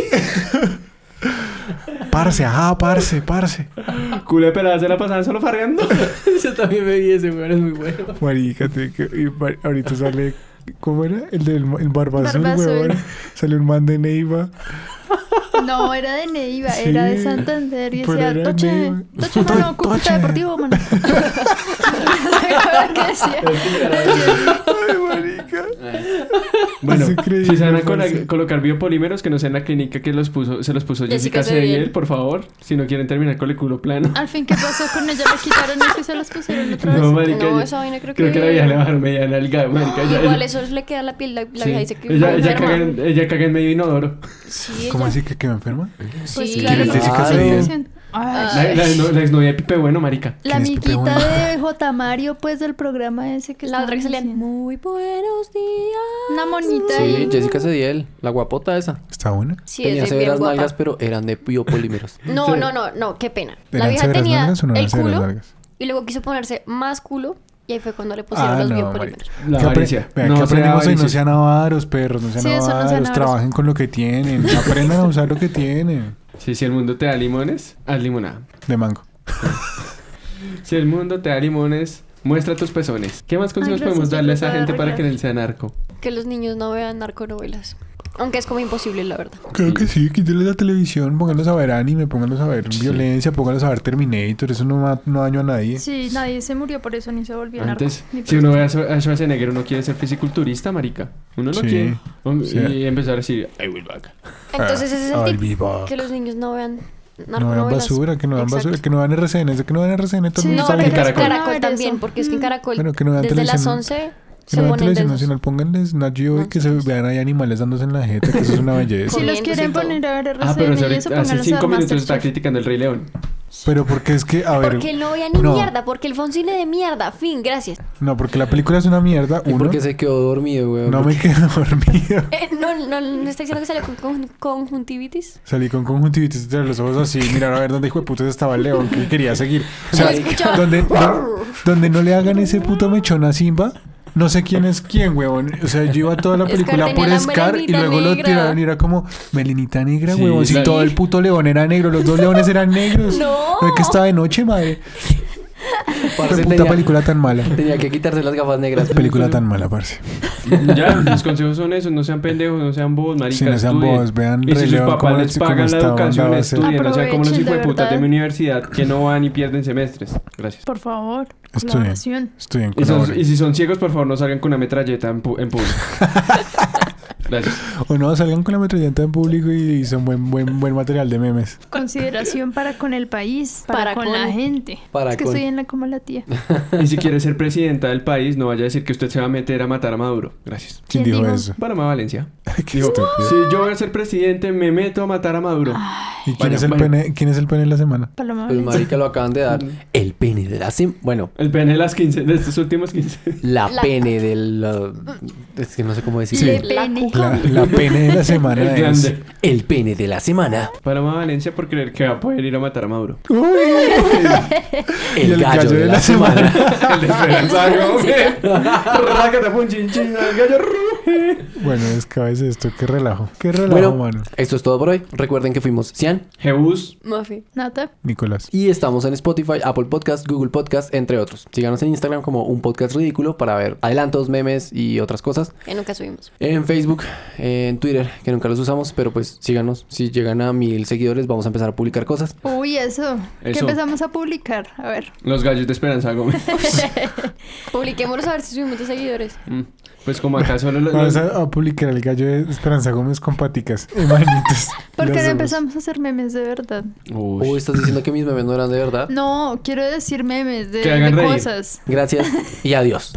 S4: Parce, ajá, parce, parce.
S3: Culo de pelada se la pasaban solo farreando.
S1: Yo también me vi ese weón, es muy bueno.
S4: Marica, te- que- y mar- ahorita sale. ¿Cómo era? El del el barba azul,
S2: Barba azul.
S5: eh.
S4: weón. Sale un man de Neiva.
S2: No, era de Neiva,
S4: Sí,
S2: era de Santander. Y
S4: pero
S2: decía,
S4: era
S2: toche,
S4: Neiva".
S2: toche,
S4: To-
S2: mano,
S4: toche.
S2: Cúcuta
S3: (laughs)
S2: Deportivo, mano. (laughs) No sé qué decía.
S4: Ay, marica.
S3: (laughs) Bueno,
S4: Es increíble,
S3: si se van a
S4: parce.
S3: cola- colocar biopolímeros, que no sea en la clínica que los puso, se los puso Jessica,
S5: Jessica Ah,
S3: Cediel,
S5: Cediel.
S3: por favor. Si no quieren terminar con el culo plano.
S2: Al fin, ¿qué pasó con ella? Le quitaron eso y se las pusieron otra vez.
S3: No, marica.
S5: No,
S3: ya-
S5: esa vaina creo que.
S3: Creo que la vieja le bajaron media nalga, marica. ya-
S5: Igual
S3: ella-
S5: eso le queda la piel. La, la
S3: sí.
S5: vieja dice que.
S3: ella, ella,
S5: enferma.
S3: caga en, ella caga en medio inodoro.
S5: Sí,
S4: ¿Cómo
S5: ella-
S4: así que quedó enferma?
S2: Pues
S5: Sí,
S2: claro,
S4: ¿Quién es Jessica
S2: sí,
S4: Cediel?
S2: sí. Ay,
S3: La, la, no- la exnovia de Pipe Bueno, marica.
S2: La
S4: ¿Quién es Pipe
S2: amiguita
S4: Bueno?
S2: de J. Mario, pues, del programa ese que
S5: La otra que salía.
S2: estaban haciendo.
S5: Muy buenos días.
S2: Una monita
S1: Sí,
S2: ahí.
S1: Jessica Cediel, la guapota esa.
S4: ¿Está buena?
S5: Sí,
S1: Tenía
S5: es de bien
S1: severas
S5: guapa.
S1: nalgas, pero eran de biopolímeros.
S5: No, no, no, no, qué pena. La
S4: ¿Eran
S5: vieja
S4: severas
S5: tenía
S4: nalgas o no eran
S5: el
S4: severas
S5: culo
S4: nalgas?
S5: y luego quiso ponerse más culo y ahí fue cuando le pusieron
S4: Ah,
S5: los biopolímeros.
S4: marica.
S3: La
S4: ¿Qué apre-
S3: avaricia.
S4: Vea,
S3: No
S4: ¿qué
S3: sea
S4: aprendemos hoy? No
S3: avaricia.
S4: sean avaros, perros. No sean
S2: Sí, eso, no sean
S4: avaros.
S2: avaros.
S4: Trabajen con lo que tienen. Aprendan a usar lo que tienen.
S3: Sí, si el mundo te da limones, haz limonada.
S4: De mango.
S3: Si el mundo te da limones, muestra tus pezones. ¿Qué más consejos
S2: Ay, gracias,
S3: podemos
S2: yo
S3: darle a esa
S2: creo que
S3: gente
S2: voy a
S3: para que
S2: arreglar.
S3: no sea narco?
S5: Que los niños no vean narconovelas. Aunque es como imposible, la verdad.
S4: Creo que sí. Quítenle la televisión. Pónganlos a ver anime. Pónganlos a ver violencia. Pónganlos a ver Terminator. Eso no, ma- no daño a nadie.
S2: Sí, nadie se murió por eso, ni se volvió narco.
S3: Antes,
S2: ni
S3: si uno ve a Schwar- a Schwarzenegger, uno quiere ser fisiculturista, marica. Uno lo
S4: Sí.
S3: quiere. O-
S4: Sí.
S3: Y empezar a decir, I will back.
S5: Entonces ese es
S4: Ah,
S5: el
S4: I'll be
S5: tip.
S4: back.
S5: Que los niños no vean
S4: No dan
S5: narconovelas.
S4: basura, que no dan
S5: Exacto.
S4: basura, que no dan RCN, es de que no dan RCN, todo el
S2: Sí,
S4: mundo
S5: No,
S4: está
S5: pero
S3: en
S5: en
S4: bien.
S3: Caracol.
S5: Caracol,
S2: No,
S5: también,
S2: eso.
S5: porque es que en
S2: Mm.
S5: Caracol
S4: Bueno, que no vean
S5: desde las
S4: televisión.
S5: 11
S4: Que
S5: se
S4: no vean
S5: ponen
S4: televisión
S5: densos.
S4: nacional, pónganles Nat Geo y que se vean ahí animales dándose en la jeta, que eso es una belleza.
S2: Si los
S5: Comiéndose
S2: quieren
S5: y todo.
S2: poner a ver RCN
S3: Ah, pero hace,
S2: y eso,
S3: ahorita- hace
S2: pónganlos a
S3: cinco
S2: ver
S3: minutos está
S2: Masterchef.
S3: criticando el Rey
S4: (laughs)
S3: León.
S4: Pero porque es que, a ver...
S5: Porque él no veía ni
S4: no.
S5: mierda, porque el Fonsine de mierda. Fin, gracias.
S4: No, porque la película es una mierda,
S1: ¿Y
S4: uno,
S1: por qué se quedó dormido, weón?
S4: no me quedo (laughs) dormido.
S5: Eh, no, no, no está diciendo que salió con, con- conjuntivitis.
S4: Salí con conjuntivitis entre los ojos así, mirar a ver dónde hijo de putas estaba el león, que quería seguir. O sea, donde, no, donde no le hagan ese puto mechón a Simba, no sé quién es quién, huevón. O sea, yo iba toda la
S5: Scar
S4: película
S5: tenía
S4: por
S5: la
S4: Scar y
S5: melenita
S4: luego lo
S5: negra.
S4: tiraron y era como melenita negra,
S3: Sí,
S4: huevón. Si
S3: la-
S4: todo el puto león era negro, los dos leones eran negros.
S5: (laughs) No.
S4: es que estaba de noche, madre.
S1: Parce,
S4: Qué puta
S1: tenía-
S4: película tan mala.
S1: Tenía que quitarse las gafas negras.
S4: Película tan mala, parce.
S3: Ya, (laughs) los consejos son esos, no sean pendejos, no sean bobos, maricas,
S4: Si no sean
S3: estudien.
S4: bobos, vean
S3: Y si
S4: Rey
S3: sus
S4: León,
S3: papás
S4: cómo
S3: les
S4: la- cómo
S3: pagan la
S4: esta banda
S3: educación,
S4: va a ser.
S3: estudien, no sean como los
S2: Aprovechen, de
S3: hijueputas de mi
S2: verdad.
S3: universidad que no van y pierden semestres. Gracias.
S2: Por favor,
S5: Ah,
S4: Estoy-
S2: colaboración.
S4: Estoy en
S3: Y, son-
S4: color.
S3: y si son ciegos, por favor, no salgan con una metralleta en, pu- en (laughs) público. Gracias.
S4: O no, salgan con la metralleta en público y son buen, buen, buen material de memes.
S2: Consideración para con el país, para,
S5: Para
S2: con,
S5: con-
S2: la gente.
S1: Para
S2: es que
S1: con-
S2: estoy en la como la tía.
S3: Y si quiere ser presidenta del país, no vaya a decir que usted se va a meter a matar a Maduro. Gracias.
S4: ¿Quién,
S2: ¿Quién
S4: dijo,
S2: dijo?
S4: eso? (laughs)
S3: Panamá, Valencia.
S4: Qué estúpido.
S3: Si yo voy a ser presidente, me meto a matar a Maduro.
S4: ¿Y quién,
S3: Bueno,
S4: es el
S3: bueno.
S4: pene, quién es el pene de la semana?
S2: Paloma
S1: Pues
S2: Valencia.
S1: marica lo acaban de dar. El pene de la sem- Bueno,
S3: El pene de las 15, de estos últimos 15.
S1: la,
S5: La-
S1: pene del... la- Es que no sé cómo decirlo.
S2: Le
S5: La
S2: pene.
S4: La, la pene
S1: (laughs)
S4: de la semana
S3: El
S4: es.
S3: grande.
S1: El pene de la semana.
S3: Panamá, Valencia, por creer que va a poder ir a matar a (laughs) Maduro.
S4: ¡Uy!
S1: (laughs) El, gallo, de la, semana.
S3: El de Esperanza Gómez. Rácata, pun, chin, chin, el gallo ruge.
S4: (laughs) Bueno, es que a veces esto, qué relajo. Qué relajo,
S1: Bueno,
S4: mano.
S1: esto es todo por hoy. Recuerden que fuimos Cian
S3: Jebus.
S5: Muffy.
S2: Nata.
S4: Nicolás.
S1: y estamos en Spotify, Apple Podcast, Google Podcast, entre otros. Síganos en Instagram como un podcast ridículo para ver adelantos, memes y otras cosas.
S5: Que nunca subimos.
S1: En Facebook, en Twitter, que nunca los usamos, pero pues síganos. Si llegan a mil seguidores, vamos a empezar a publicar cosas.
S2: Uy, eso. Que
S3: Eso.
S2: empezamos a publicar. A ver.
S3: Los gallos de Esperanza Gómez.
S5: (laughs) Publiquémoslo a ver si subimos de seguidores.
S3: Mm, Pues como acá solo (laughs) los...
S4: Vamos a, a publicar el gallo de Esperanza Gómez con paticas. y manitas.
S2: Porque
S4: Las
S2: no
S4: dos.
S2: empezamos a hacer memes de verdad.
S1: Uy, estás diciendo
S2: (laughs)
S1: que mis memes no eran de verdad.
S2: No, quiero decir memes de,
S3: Que hagan
S2: de
S3: reír.
S2: cosas.
S1: Gracias y adiós.